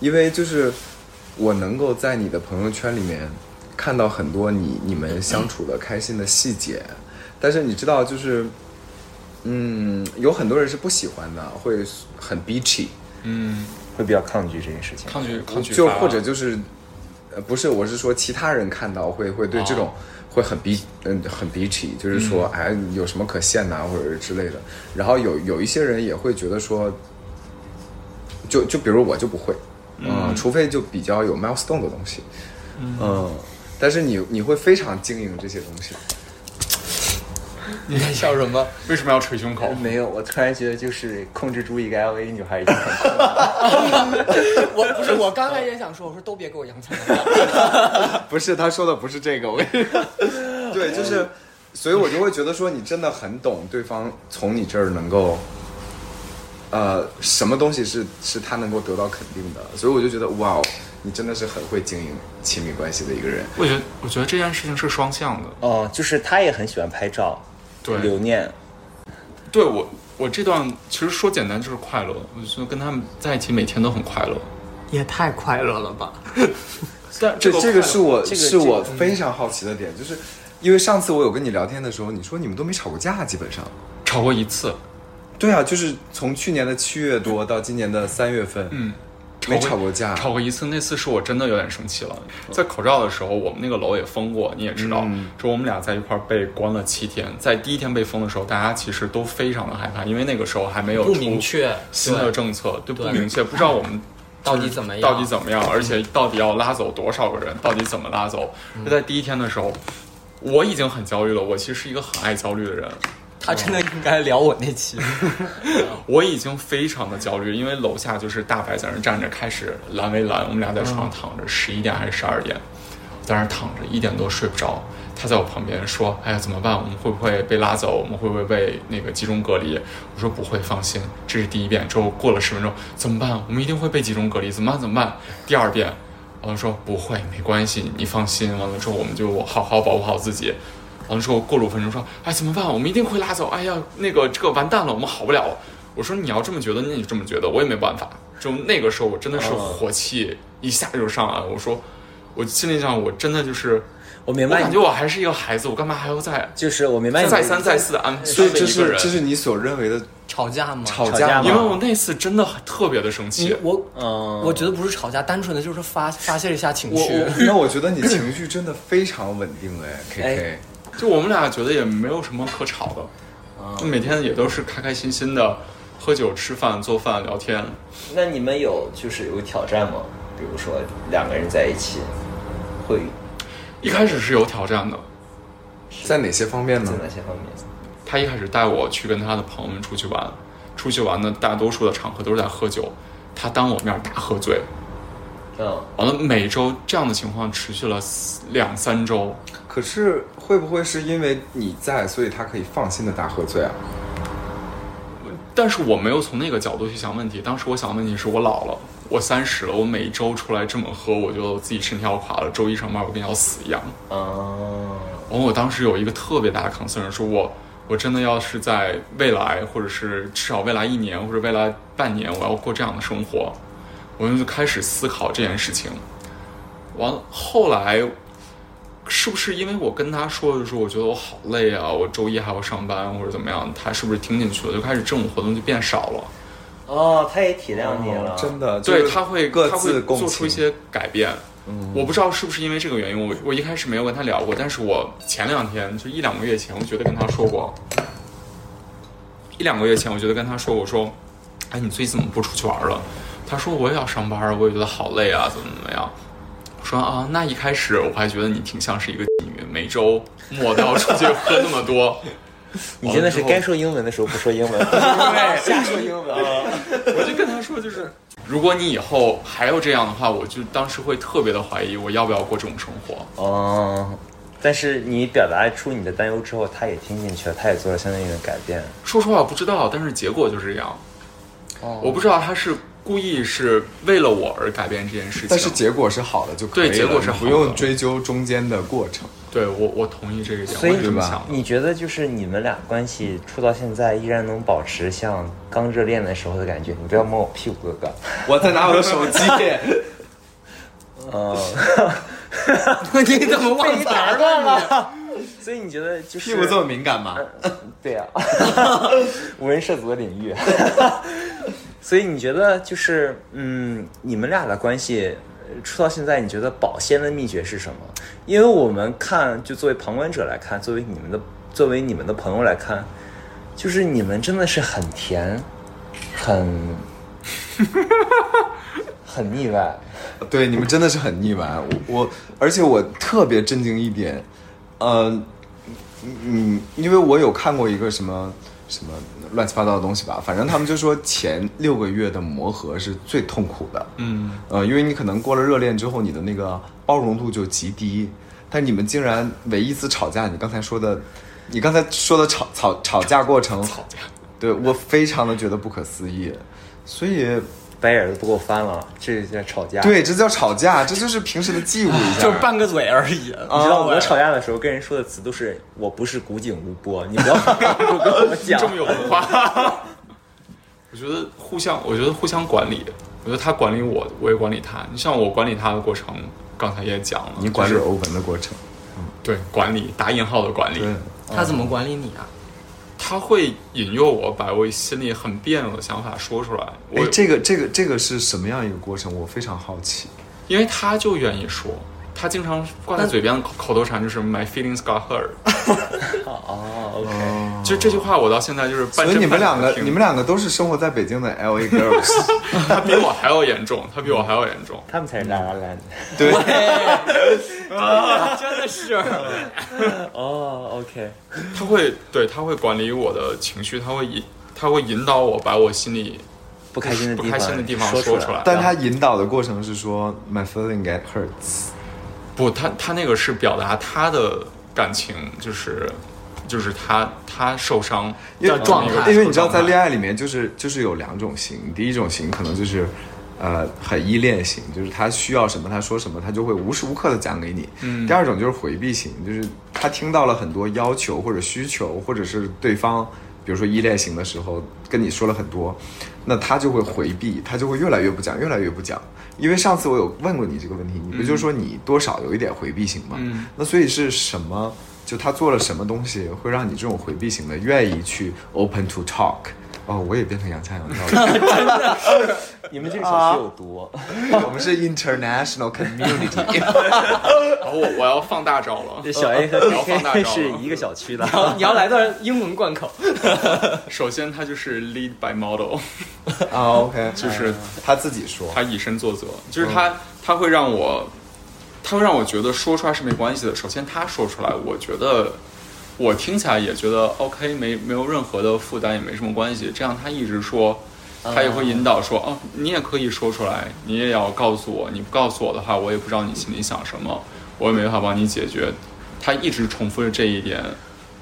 [SPEAKER 1] 因为就是我能够在你的朋友圈里面看到很多你你们相处的开心的细节，但是你知道，就是嗯，有很多人是不喜欢的，会很 bitchy，
[SPEAKER 4] 嗯，
[SPEAKER 5] 会比较抗拒这件事情。
[SPEAKER 4] 抗拒抗拒
[SPEAKER 1] 嗯就
[SPEAKER 4] 发
[SPEAKER 1] 或者就是呃不是，我是说其他人看到会会对
[SPEAKER 4] 哦
[SPEAKER 1] 这种。会很逼，嗯，很 bitchy，就是说，
[SPEAKER 4] 嗯
[SPEAKER 1] 哎，有什么可羡呐、或者是之类的。然后有有一些人也会觉得说，就就比如我就不会，嗯，除非就比较有 milestone 的东西，呃嗯，但是你你会非常经营这些东西，
[SPEAKER 2] 你在笑什 *laughs* 么？
[SPEAKER 4] 为什么要捶胸口？
[SPEAKER 5] 没有，我突然觉得就是控制住一个 LV 女孩已经很
[SPEAKER 2] 我不是，我刚才也想说，我说都别给我洋葱。
[SPEAKER 1] 不是，他说的不是这个，我跟你说，对，就是，所以我就会觉得说，你真的很懂对方，从你这儿能够，呃，什么东西是是他能够得到肯定的，所以我就觉得，哇哦，你真的是很会经营亲密关系的一个人。
[SPEAKER 4] 我觉得，我觉得这件事情是双向的。
[SPEAKER 5] 哦，就是她也很喜欢拍照，
[SPEAKER 4] 对
[SPEAKER 5] 留念，
[SPEAKER 4] 对我，我这段其实说简单就是快乐，我就跟他们在一起每天都很快乐。
[SPEAKER 2] 也太快乐了吧！
[SPEAKER 4] 但
[SPEAKER 1] 这
[SPEAKER 4] 个
[SPEAKER 1] 这
[SPEAKER 4] 快乐
[SPEAKER 1] 个是我、
[SPEAKER 5] 这个
[SPEAKER 1] 是我非常好奇的点，就是因为上次我有跟你聊天的时候，你说你们都没吵过架，基本上。
[SPEAKER 4] 吵过一次，
[SPEAKER 1] 对啊，就是从去年的七月多到今年的三月份，嗯，没吵过架，
[SPEAKER 4] 吵过一次，那次是我真的有点生气了。在口罩的时候，我们那个楼也封过，你也知道，
[SPEAKER 1] 嗯
[SPEAKER 4] 就我们俩在一块儿被关了七天。在第一天被封的时候，大家其实都非常的害怕，因为那个时候还没有
[SPEAKER 2] 不
[SPEAKER 4] 出
[SPEAKER 2] 明确
[SPEAKER 4] 新的
[SPEAKER 2] 对
[SPEAKER 4] 政策，对不
[SPEAKER 2] 对
[SPEAKER 4] 明确，不知道
[SPEAKER 2] *laughs*
[SPEAKER 4] 我们
[SPEAKER 2] 到底怎么样？嗯
[SPEAKER 4] 到底怎么样，而且到底要拉走多少个人，到底怎么拉走。
[SPEAKER 2] 嗯
[SPEAKER 4] 就在第一天的时候，我已经很焦虑了。我其实是一个很爱焦虑的人，
[SPEAKER 2] 他真的应该聊我那期。嗯
[SPEAKER 4] 我已经非常的焦虑，因为楼下就是大白在那站着，开始蓝为蓝，我们俩在
[SPEAKER 2] 嗯
[SPEAKER 4] 床上躺着，十一点还是十二点，在那儿躺着，一点多睡不着。他在我旁边说：“哎呀，怎么办？我们会不会被拉走？我们会不会被那个集中隔离？”我说：“不会，放心，这是第一遍。”之后过了十分钟，怎么办？我们一定会被集中隔离，怎么办？怎么办？第二遍，完了说：“不会，没关系，你放心。”完了之后，我们就好好保护好自己。完了之后过了五分钟说，哎怎么办？我们一定会拉走。哎呀，那个这个完蛋了，我们好不了了。我说你要这么觉得，那你这么觉得，我也没办法。就那个时候，我真的是火气一下就上来了。我说，我心里想，我真的就是，
[SPEAKER 5] 我明
[SPEAKER 4] 我
[SPEAKER 5] 白
[SPEAKER 4] 感
[SPEAKER 5] 你
[SPEAKER 4] 觉，我还是一个孩子，我干嘛还要再
[SPEAKER 5] 就是我明白你
[SPEAKER 4] 再三再四地安
[SPEAKER 1] 所以
[SPEAKER 4] 安慰
[SPEAKER 1] 这
[SPEAKER 4] 一个
[SPEAKER 1] 是
[SPEAKER 4] 人？
[SPEAKER 1] 这是你所认为的
[SPEAKER 2] *laughs* 吵架吗？
[SPEAKER 1] 吵
[SPEAKER 5] 架
[SPEAKER 1] 架
[SPEAKER 5] 吗
[SPEAKER 4] 因为我那次真的特别的生
[SPEAKER 2] 你
[SPEAKER 4] 气，
[SPEAKER 2] 我
[SPEAKER 5] 嗯
[SPEAKER 2] 我觉得不是吵架，单纯的就是发发泄一下情
[SPEAKER 1] 我
[SPEAKER 2] 绪。
[SPEAKER 1] 我 *laughs* 那我觉得你情绪真的非常稳定哎，K K，
[SPEAKER 5] 哎
[SPEAKER 4] 就我们俩觉得也没有什么可吵
[SPEAKER 1] 啊
[SPEAKER 4] 的，就每天也都是开开心心的喝酒、吃饭、做饭、聊天。
[SPEAKER 5] 那你们有就是有挑战吗？比如说两个人在一起，会
[SPEAKER 4] 一开始是有挑战的，
[SPEAKER 1] 在哪些方面
[SPEAKER 5] 在
[SPEAKER 1] 呢？
[SPEAKER 5] 哪些方面？
[SPEAKER 4] 他一开始带我去跟他的朋友们出去玩，出去玩的大多数的场合都是在喝酒，他当我面大喝醉，
[SPEAKER 5] 嗯，
[SPEAKER 4] 完了每周这样的情况持续了四两三周，
[SPEAKER 1] 可是会不会是因为你在，所以他可以放心的大喝醉啊？
[SPEAKER 4] 但是我没有从那个角度去想问题，当时我想的问题是我老了，我三十了，我每周出来这么喝，我觉得我自己身体要垮了，周一上班我跟要死一样。
[SPEAKER 5] 哦，
[SPEAKER 4] 然后我当时有一个特别大的 concern，说我我真的要是在未来，或者是至少未来一年或者未来半年，我要过这样的生活，我就开始思考这件事情。完了，后来是不是因为我跟他说的时候，我觉得我好累啊，我周一还要上班或者怎么样，他是不是听进去了？就开始这种活动就变少了。
[SPEAKER 5] 哦，他也体谅你
[SPEAKER 4] 哦
[SPEAKER 5] 了，
[SPEAKER 1] 哦真的，就
[SPEAKER 4] 对，
[SPEAKER 1] 是
[SPEAKER 4] 他会
[SPEAKER 1] 各
[SPEAKER 4] 他
[SPEAKER 1] 自
[SPEAKER 4] 会
[SPEAKER 1] 共
[SPEAKER 4] 做
[SPEAKER 1] 情嗯
[SPEAKER 4] 出一些改变。我不知道是不是因为这个原因，我我一开始没有跟他聊过，但是我前两天就一两个月前，我觉得跟他说过，一两个月前，我觉得跟他说，我说，哎，你最近怎么不出去玩了？他说我也要上班啊，我也觉得好累啊，怎么怎么样。我说啊，那一开始我还觉得你挺像是一个女，每周末都要出去喝那么多。 *laughs*
[SPEAKER 5] 你真的是
[SPEAKER 4] 完了
[SPEAKER 5] 该
[SPEAKER 4] 哦之后
[SPEAKER 5] 说英文的时候不说英
[SPEAKER 4] *laughs*
[SPEAKER 5] 文，瞎说英文。啊
[SPEAKER 4] 我就跟他说，就是如果你以后还有这样的话，我就当时会特别的怀疑，我要不要过这种生活。
[SPEAKER 5] 哦，但是你表达出你的担忧之后，他也听进去了，他也做了相对应的改变。
[SPEAKER 4] 说实话，我不知道，但是结果就是这样。
[SPEAKER 2] 哦
[SPEAKER 4] 我不知道他是故意是为了我而改变这件事情，
[SPEAKER 1] 但是结果是好的就可以了，
[SPEAKER 4] 对结果是好的
[SPEAKER 1] 你不用追究中间的过程。
[SPEAKER 4] 对我我同意这一点，
[SPEAKER 5] 所以
[SPEAKER 4] 我也这
[SPEAKER 1] 对
[SPEAKER 4] 么
[SPEAKER 1] 吧
[SPEAKER 4] 想的。
[SPEAKER 5] 你觉得就是你们俩关系处到现在依然能保持像刚热恋的时候的感觉？你不要摸我屁股，哥哥。
[SPEAKER 1] 我在拿我的手 *laughs* 机，
[SPEAKER 5] 嗯，
[SPEAKER 2] *laughs* 你怎么忘词儿了？
[SPEAKER 5] 所以你觉得就是
[SPEAKER 1] 屁股这么敏感吗？
[SPEAKER 5] 对 *laughs* 呀、啊，无人涉足的领域。 *laughs* 所以你觉得就是嗯，你们俩的关系呃处到现在，你觉得保鲜的秘诀是什么？因为我们看，就作为旁观者来看，作为你们的作为你们的朋友来看，就是你们真的是很甜，很很腻歪。
[SPEAKER 1] 对，你们真的是很腻歪。我我，而且我特别震惊一点，嗯、嗯，因为我有看过一个什么什么乱七八糟的东西吧，反正他们就说前六个月的磨合是最痛苦的，
[SPEAKER 4] 嗯，
[SPEAKER 1] 呃，因为你可能过了热恋之后，你的那个包容度就极低，但你们竟然唯一一次吵架，你刚才说的，你刚才说的吵吵吵架过程，吵架，对我非常的觉得不可思议，所以
[SPEAKER 5] 白眼儿都不够翻了，这就叫吵架。
[SPEAKER 1] 对，这叫吵架，这就是平时的忌讳一下，
[SPEAKER 2] *laughs* 就是拌个嘴而已。
[SPEAKER 5] 你知道我
[SPEAKER 2] 对
[SPEAKER 5] 吵架的时候跟人说的词都是“我不是古井无波”，你不要不跟我
[SPEAKER 4] *laughs*
[SPEAKER 5] 讲
[SPEAKER 4] 这。么有文化。 *laughs* 我觉得互相，我觉得互相管理，我觉得他管理我，我也管理他。你像我管理他的过程，刚才也讲了，
[SPEAKER 1] 你管理
[SPEAKER 4] 就是
[SPEAKER 1] 欧文的过程，
[SPEAKER 4] 对管理打引号的管理，
[SPEAKER 2] 嗯
[SPEAKER 1] 对，
[SPEAKER 2] 他怎么管理你啊？
[SPEAKER 4] 他会引诱我把我心里很别扭的想法说出来。我
[SPEAKER 1] 哎，这个这个这个是什么样一个过程？我非常好奇。
[SPEAKER 4] 因为他就愿意说，他经常挂在嘴边的口口头禅就是 “my feelings got hurt”，
[SPEAKER 5] *laughs* 哦，OK，
[SPEAKER 4] 就这句话我到现在就是半
[SPEAKER 1] 所以
[SPEAKER 4] 真
[SPEAKER 1] 你们
[SPEAKER 4] 半假
[SPEAKER 1] 两个，
[SPEAKER 4] 听
[SPEAKER 1] 你们两个都是生活在北京的 L
[SPEAKER 2] *laughs*
[SPEAKER 1] A girls，
[SPEAKER 4] 他比我还要严重，他比我还要严重。
[SPEAKER 5] 他们才是拉拉烂的。
[SPEAKER 1] 对，
[SPEAKER 2] *laughs* 真的是，
[SPEAKER 5] 哦，OK，
[SPEAKER 4] 他会对他会管理我的情绪，他会引他会引导我把我心里
[SPEAKER 5] 不开心的地方，
[SPEAKER 4] 不开心的地方
[SPEAKER 5] 说
[SPEAKER 4] 说
[SPEAKER 5] 出
[SPEAKER 4] 出来。
[SPEAKER 1] 但他引导的过程是说 my feeling get hurts，
[SPEAKER 4] 不，他他那个是表达他的感情，就是就是他他受伤
[SPEAKER 1] 因为
[SPEAKER 4] 的
[SPEAKER 2] 状态
[SPEAKER 1] 因为你知道在恋
[SPEAKER 4] 爱
[SPEAKER 1] 爱里面就是就是有两种型，第一种型可能就是。呃，很依恋型，就是他需要什么，他说什么，他就会无时无刻的讲给你。嗯。第二种就是回避型，就是他听到了很多要求或者需求，或者是对方，比如说依恋型的时候跟你说了很多，那他就会回避，他就会越来越不讲，越来越不讲。因为上次我有问过你这个问题，你不就说你多少有一点回避型吗？
[SPEAKER 4] 嗯
[SPEAKER 1] 那所以是什么？就他做了什么东西会让你这种回避型的愿意去 open to talk？哦，我也变成洋腔洋调
[SPEAKER 5] *laughs*
[SPEAKER 1] 了。
[SPEAKER 5] 你们这个小区有毒， *laughs*
[SPEAKER 1] 我们是 international community。
[SPEAKER 4] 然后我我要放大招了
[SPEAKER 5] 这。小 A 和 *laughs*
[SPEAKER 4] 然后放
[SPEAKER 5] K
[SPEAKER 4] 大
[SPEAKER 5] K
[SPEAKER 4] 招
[SPEAKER 5] 是一个小区的。
[SPEAKER 2] 好，你要来段英文贯口。
[SPEAKER 4] 首先，他就是 lead by model，
[SPEAKER 1] 啊，OK，
[SPEAKER 4] 就是
[SPEAKER 1] 他自己说。
[SPEAKER 4] 他以身作则，就是他、他会让我，他会让我觉得说出来是没关系的。首先他说出来，我觉得我听起来也觉得 OK，没没有任何的负担，也没什么关系。这样他一直说，他也会引导说，哦，你也可以说出来，你也要告诉我，你不告诉我的话，我也不知道你心里想什么，我也没办法帮你解决。他一直重复着这一点，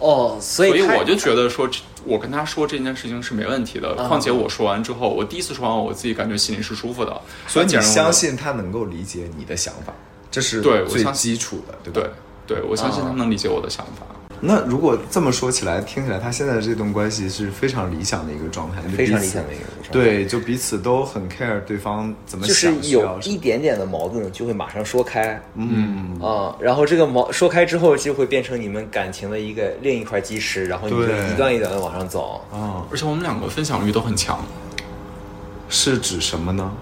[SPEAKER 5] 哦，
[SPEAKER 4] 所
[SPEAKER 5] 所
[SPEAKER 4] 以
[SPEAKER 5] 以他
[SPEAKER 4] 我就觉得说，这我跟他说这件事情是没问题的。况且我说完之后，我第一次说完，我自己感觉心里是舒服的。
[SPEAKER 1] 所以你
[SPEAKER 4] 他既然问我
[SPEAKER 1] 相信他能够理解你的想法，这是
[SPEAKER 4] 对我
[SPEAKER 1] 最
[SPEAKER 4] 相信
[SPEAKER 1] 基础的，对吧？
[SPEAKER 4] 对对，我相信他能理解我的想法。
[SPEAKER 1] 那如果这么说起来，听起来他现在的这段关系是非常理想的一个状态，就
[SPEAKER 5] 非常
[SPEAKER 1] 彼
[SPEAKER 5] 理
[SPEAKER 1] 此
[SPEAKER 5] 想的一个状态
[SPEAKER 1] 对，就彼此都很 care 对方怎么
[SPEAKER 5] *laughs* 就是
[SPEAKER 1] 想，需
[SPEAKER 5] 有
[SPEAKER 1] 要什么
[SPEAKER 5] 一点点的矛盾就会马上说开。
[SPEAKER 1] 嗯，
[SPEAKER 5] 啊、然后这个矛说开之后，就会变成你们感情的一个另一块基石，然后你就
[SPEAKER 1] 对
[SPEAKER 5] 一段一段的往上走，
[SPEAKER 1] 啊，
[SPEAKER 4] 而且我们两个分享欲都很强，
[SPEAKER 1] 是指什么呢？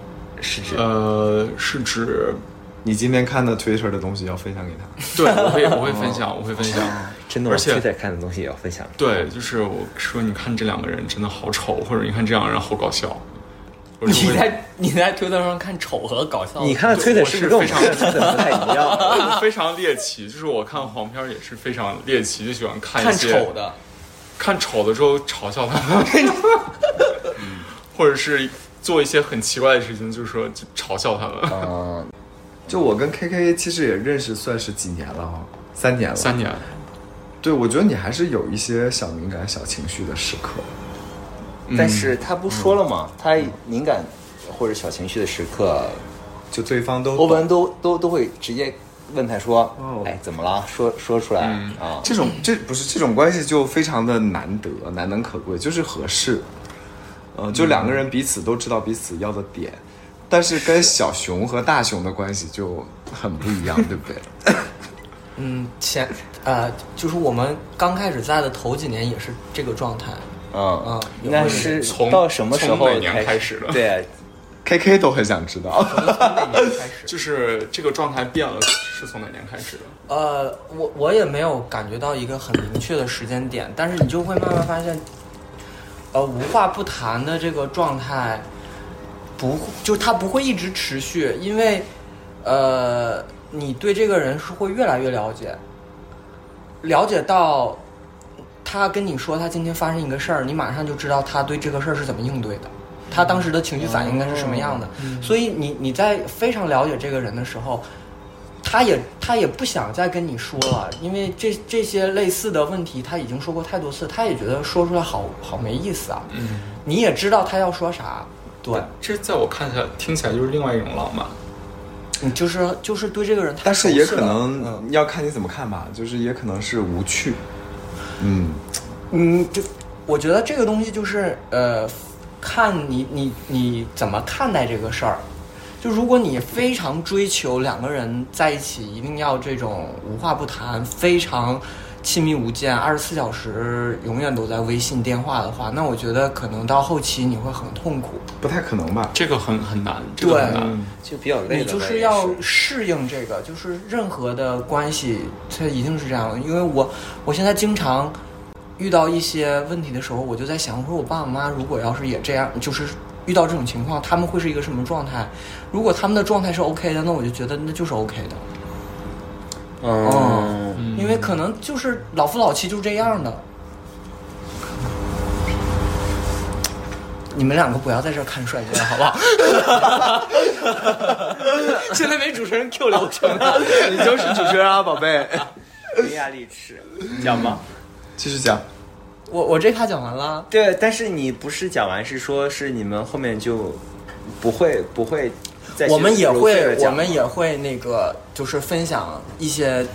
[SPEAKER 5] 是指
[SPEAKER 4] 呃，是指
[SPEAKER 1] 你今天看的 Twitter 的东西要分享给他，
[SPEAKER 4] 对，我会我会分享，我会分享。
[SPEAKER 5] 真的，
[SPEAKER 4] 而
[SPEAKER 5] 我
[SPEAKER 4] 且哦
[SPEAKER 5] 最在看的东西也要分享。
[SPEAKER 4] *laughs* 对，就是我说，你看这两个人真的好丑，或者你看这两个人好搞笑。我
[SPEAKER 2] *laughs*
[SPEAKER 4] 就
[SPEAKER 2] 你
[SPEAKER 4] 会
[SPEAKER 2] 在你在推特上看丑和搞笑，
[SPEAKER 5] 你看的推特是不是跟我们看的推特不太一样？啊
[SPEAKER 4] 我 *laughs* 非常猎奇，就是我看黄片儿也是非常猎奇，就喜欢看
[SPEAKER 2] 看
[SPEAKER 4] 一些
[SPEAKER 2] 丑的，
[SPEAKER 4] 看丑的之后嘲笑他们， *laughs* 或者是做一些很奇怪的事情，就是说就嘲笑他们。
[SPEAKER 1] 就我跟 KK 其实也认识，算是几年了哈，三年了。
[SPEAKER 4] 三年，
[SPEAKER 1] 对，我觉得你还是有一些小敏感、小情绪的时刻。
[SPEAKER 5] 但是他不说了嘛，他敏感或者小情绪的时刻，
[SPEAKER 1] 就对方都
[SPEAKER 5] 欧文都都都会直接问他说
[SPEAKER 1] 哦：“
[SPEAKER 5] 哎，怎么了？说说出来啊。”
[SPEAKER 1] 这种这不是这种关系就非常的难得、难能可贵，就是合适。呃，就两个人彼此都知道彼此要的点，但是跟小熊和大熊的关系就很不一样，对不对？
[SPEAKER 2] 嗯，前呃，就是我们刚开始在的头几年也是这个状态，
[SPEAKER 5] 嗯，
[SPEAKER 2] 嗯，有 *laughs*
[SPEAKER 5] 那
[SPEAKER 2] 会
[SPEAKER 5] 是
[SPEAKER 4] 从
[SPEAKER 5] 到什么时候
[SPEAKER 4] 从哪年开始的
[SPEAKER 5] 对，
[SPEAKER 1] K K 都很想知道，
[SPEAKER 2] 从哪年开始？
[SPEAKER 4] 就是这个状态变了，是从哪年开始的？
[SPEAKER 2] 呃，我我也没有感觉到一个很明确的时间点，但是你就会慢慢发现，呃，无话不谈的这个状态，不就是它不会一直持续，因为呃，你对这个人是会越来越了解，了解到他跟你说他今天发生一个事儿，你马上就知道他对这个事儿是怎么应对的，他当时的情绪反应该是什么样的。所以你你在非常了解这个人的时候，他也他也不想再跟你说了，因为这这些类似的问题他已经说过太多次，他也觉得说出来好好没意思啊。嗯，你也知道他要说啥，对，
[SPEAKER 4] 这在我看起来听起来就是另外一种浪漫。
[SPEAKER 2] 你嗯就是就是对这个人太
[SPEAKER 1] 但是也
[SPEAKER 2] 熟
[SPEAKER 1] 可
[SPEAKER 2] 悉了
[SPEAKER 1] 能要看你怎么看吧，就是也可能是无趣。嗯，
[SPEAKER 2] 嗯，就我觉得这个东西就是呃，看你你你怎么看待这个事儿。就如果你非常追求两个人在一起一定要这种无话不谈，非常亲密无间，二十四小时永远都在微信电话的话，那我觉得可能到后期你会很痛苦。
[SPEAKER 1] 不太可能吧？
[SPEAKER 4] 这个很很难，这个很 *laughs* 难。
[SPEAKER 5] 就比较累
[SPEAKER 2] 你
[SPEAKER 5] 了吧。
[SPEAKER 2] 就是
[SPEAKER 5] 也
[SPEAKER 2] 要适应这个，就是任何的关系，它一定是这样的。因为我我现在经常遇到一些问题的时候，我就在想，我说我爸我妈如果要是也这样，就是遇到这种情况，他们会是一个什么状态？如果他们的状态是 OK 的，那我就觉得那就是 OK 的。
[SPEAKER 5] 嗯，
[SPEAKER 4] 嗯
[SPEAKER 2] 因为可能就是老夫老妻就是这样的。你们两个不要在这儿看帅哥，好不好？现在没主持人 Q 流程了，
[SPEAKER 1] *laughs* 你就是主持人啊，宝贝，
[SPEAKER 5] 伶牙俐齿，讲吧。
[SPEAKER 1] *laughs* 继续讲。
[SPEAKER 2] 我我这趴讲完了。
[SPEAKER 5] 对，但是你不是讲完是说是你们后面就不会不会再去
[SPEAKER 2] 我们也
[SPEAKER 5] 揉碎了
[SPEAKER 2] 会，
[SPEAKER 5] 讲
[SPEAKER 2] 我
[SPEAKER 5] 吗
[SPEAKER 2] 们也会那个，就是分享一些，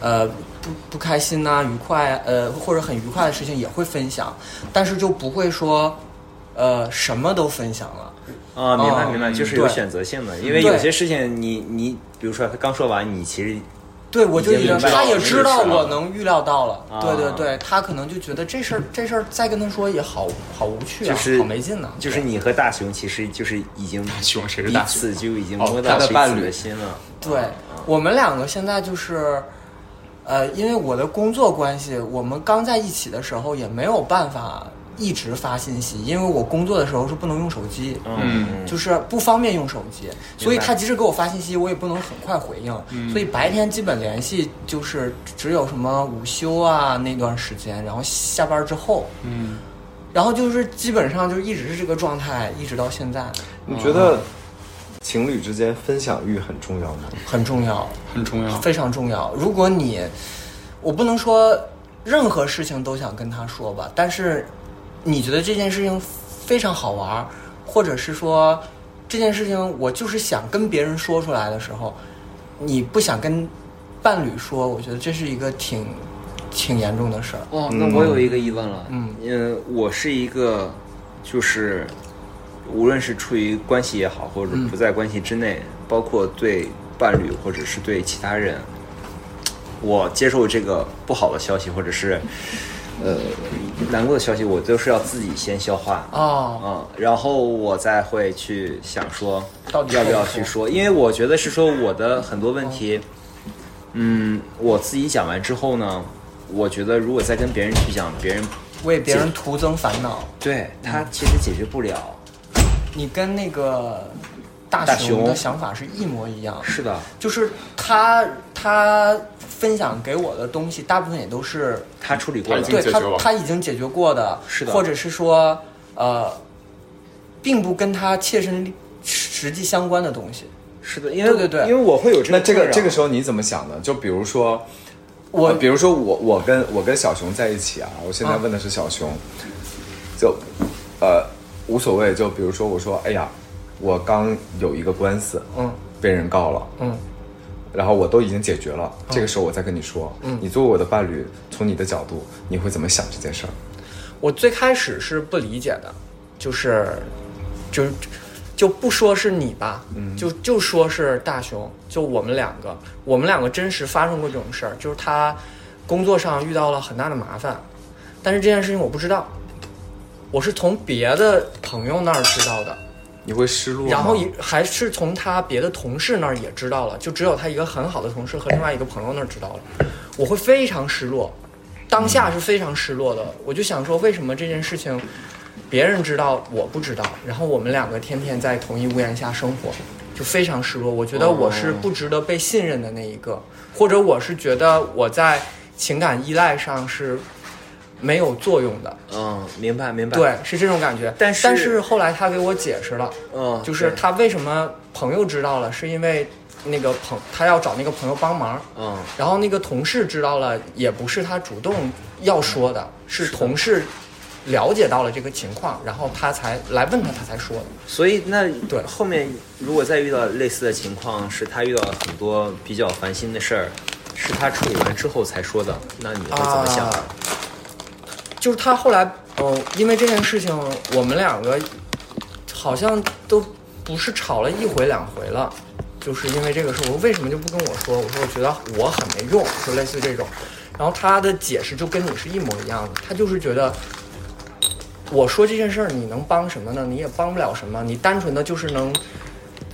[SPEAKER 2] 呃，不不开心呐、愉快，呃，或者很愉快的事情也会分享，但是就不会说，呃，什么都分享了。
[SPEAKER 5] 啊，明白
[SPEAKER 2] 嗯
[SPEAKER 5] 明白，就是有
[SPEAKER 2] 对
[SPEAKER 5] 选择性的，因为
[SPEAKER 2] 对
[SPEAKER 5] 有些事情你你比如说他刚说完，你其实
[SPEAKER 2] 对，我就
[SPEAKER 5] 已经
[SPEAKER 2] 已经，
[SPEAKER 5] 明白
[SPEAKER 2] 他
[SPEAKER 5] 了
[SPEAKER 2] 也
[SPEAKER 5] 你
[SPEAKER 2] 知
[SPEAKER 5] 是
[SPEAKER 2] 道
[SPEAKER 5] 什么
[SPEAKER 2] 我能预料到了。
[SPEAKER 5] 啊
[SPEAKER 2] 对对对，他可能就觉得这事儿这事儿再跟他说也好好无趣啊，
[SPEAKER 5] 就是
[SPEAKER 2] 好没劲呢、
[SPEAKER 5] 就是你和大熊其实就是已经
[SPEAKER 4] 大熊谁是
[SPEAKER 5] 彼
[SPEAKER 4] 大熊？
[SPEAKER 5] 此就已经
[SPEAKER 4] 哦
[SPEAKER 5] 摸
[SPEAKER 1] 他
[SPEAKER 5] 到
[SPEAKER 1] 的
[SPEAKER 5] 彼
[SPEAKER 1] 伴
[SPEAKER 5] 此
[SPEAKER 1] 侣
[SPEAKER 5] 的心了。
[SPEAKER 2] 对我们两个现在就是，呃，因为我的工作关系，我们刚在一起的时候也没有办法一直发信息，因为我工作的时候是不能用手机，
[SPEAKER 4] 嗯
[SPEAKER 2] 就是不方便用手机，所以他即使给我发信息，我也不能很快回应，所以白天基本联系就是只有什么午休啊那段时间，然后下班之后，
[SPEAKER 4] 嗯，
[SPEAKER 2] 然后就是基本上就一直是这个状态，一直到现在，
[SPEAKER 1] 你觉得情侣之间分享欲嗯很重要吗？
[SPEAKER 2] 很重要。
[SPEAKER 4] 很重要。
[SPEAKER 2] 非常重要。如果你，我不能说任何事情都想跟他说吧，但是你觉得这件事情非常好玩儿，或者是说这件事情我就是想跟别人说出来的时候，你不想跟伴侣说，我觉得这是一个挺挺严重的事儿。
[SPEAKER 5] 哦，那我有一个疑问了，
[SPEAKER 2] 嗯
[SPEAKER 5] 呃，我是一个就是无论是处于关系也好，或者不在关系之内，包括对伴侣或者是对其他人，我接受这个不好的消息或者是呃难过的消息，我都是要自己先消化。
[SPEAKER 2] 哦，
[SPEAKER 5] 嗯，然后我再会去想说，
[SPEAKER 2] 到底
[SPEAKER 5] 要不要
[SPEAKER 2] 说不
[SPEAKER 5] 去说？因为我觉得是说我的很多问题，嗯，我自己讲完之后呢，我觉得如果再跟别人去讲，别人
[SPEAKER 2] 为别人徒增烦恼。
[SPEAKER 5] 对他其实解决不了。
[SPEAKER 2] 你跟那个大
[SPEAKER 5] 大
[SPEAKER 2] 熊的
[SPEAKER 5] 熊
[SPEAKER 2] 想法是一模一样。
[SPEAKER 5] 是的，
[SPEAKER 2] 就是他他分享给我的东西，大部分也都是
[SPEAKER 5] 他处理过
[SPEAKER 4] 他已
[SPEAKER 5] 了
[SPEAKER 4] 经，
[SPEAKER 2] 对
[SPEAKER 4] 解
[SPEAKER 2] 他
[SPEAKER 4] 决完
[SPEAKER 2] 他已经解决过的，
[SPEAKER 5] 是的
[SPEAKER 2] 或者是说呃，并不跟他切身利实际相关的东西。
[SPEAKER 5] 是的，因为
[SPEAKER 2] 对对对
[SPEAKER 5] 因为我会有这
[SPEAKER 1] 那
[SPEAKER 5] 个
[SPEAKER 1] 这个
[SPEAKER 5] 困扰
[SPEAKER 1] 这个时候你怎么想的？就比如说，
[SPEAKER 2] 我
[SPEAKER 1] 呃比如说我我跟我跟小熊在一起啊，我现在问的是小熊，就呃无所谓。就比如说我说，哎呀，我刚有一个官司，
[SPEAKER 2] 嗯
[SPEAKER 1] 被人告了，
[SPEAKER 2] 嗯，
[SPEAKER 1] 然后我都已经解决了，这个时候我再跟你说，你作为我的伴侣，从你的角度，你会怎么想这件事儿？
[SPEAKER 2] 我最开始是不理解的，就是就就不说是你吧，就就说是大熊，就我们两个，我们两个真实发生过这种事儿，就是他工作上遇到了很大的麻烦，但是这件事情我不知道，我是从别的朋友那儿知道的。
[SPEAKER 1] 你会失落吗？
[SPEAKER 2] 然后也还是从他别的同事那儿也知道了，就只有他一个很好的同事和另外一个朋友那儿知道了，我会非常失落，当下是非常失落的。我就想说，为什么这件事情别人知道我不知道，然后我们两个天天在同一屋檐下生活，就非常失落。我觉得我是不值得被信任的那一个，或者我是觉得我在情感依赖上是没有作用的。
[SPEAKER 5] 嗯，明白明白。
[SPEAKER 2] 对，，是这种感觉。
[SPEAKER 5] 但
[SPEAKER 2] 是
[SPEAKER 5] 是
[SPEAKER 2] 但后来他给我解释了，
[SPEAKER 5] 嗯，
[SPEAKER 2] 就是
[SPEAKER 5] 对，
[SPEAKER 2] 他为什么朋友知道了，是因为那个朋他要找那个朋友帮忙，
[SPEAKER 5] 嗯
[SPEAKER 2] 然后那个同事知道了，也不是他主动要说的，是同事了解到了这个情况，然后他才来问他，他才说的。
[SPEAKER 5] 所以那
[SPEAKER 2] 对
[SPEAKER 5] 后面如果再遇到类似的情况，是他遇到了很多比较烦心的事儿，是他处理完之后才说的，那你会怎么想？
[SPEAKER 2] 啊就是他后来，嗯、因为这件事情，我们两个好像都不是吵了一回两回了，就是因为这个事。我为什么就不跟我说？我说我觉得我很没用，就类似这种。然后他的解释就跟你是一模一样的，他就是觉得我说这件事儿你能帮什么呢？你也帮不了什么，你单纯的就是能，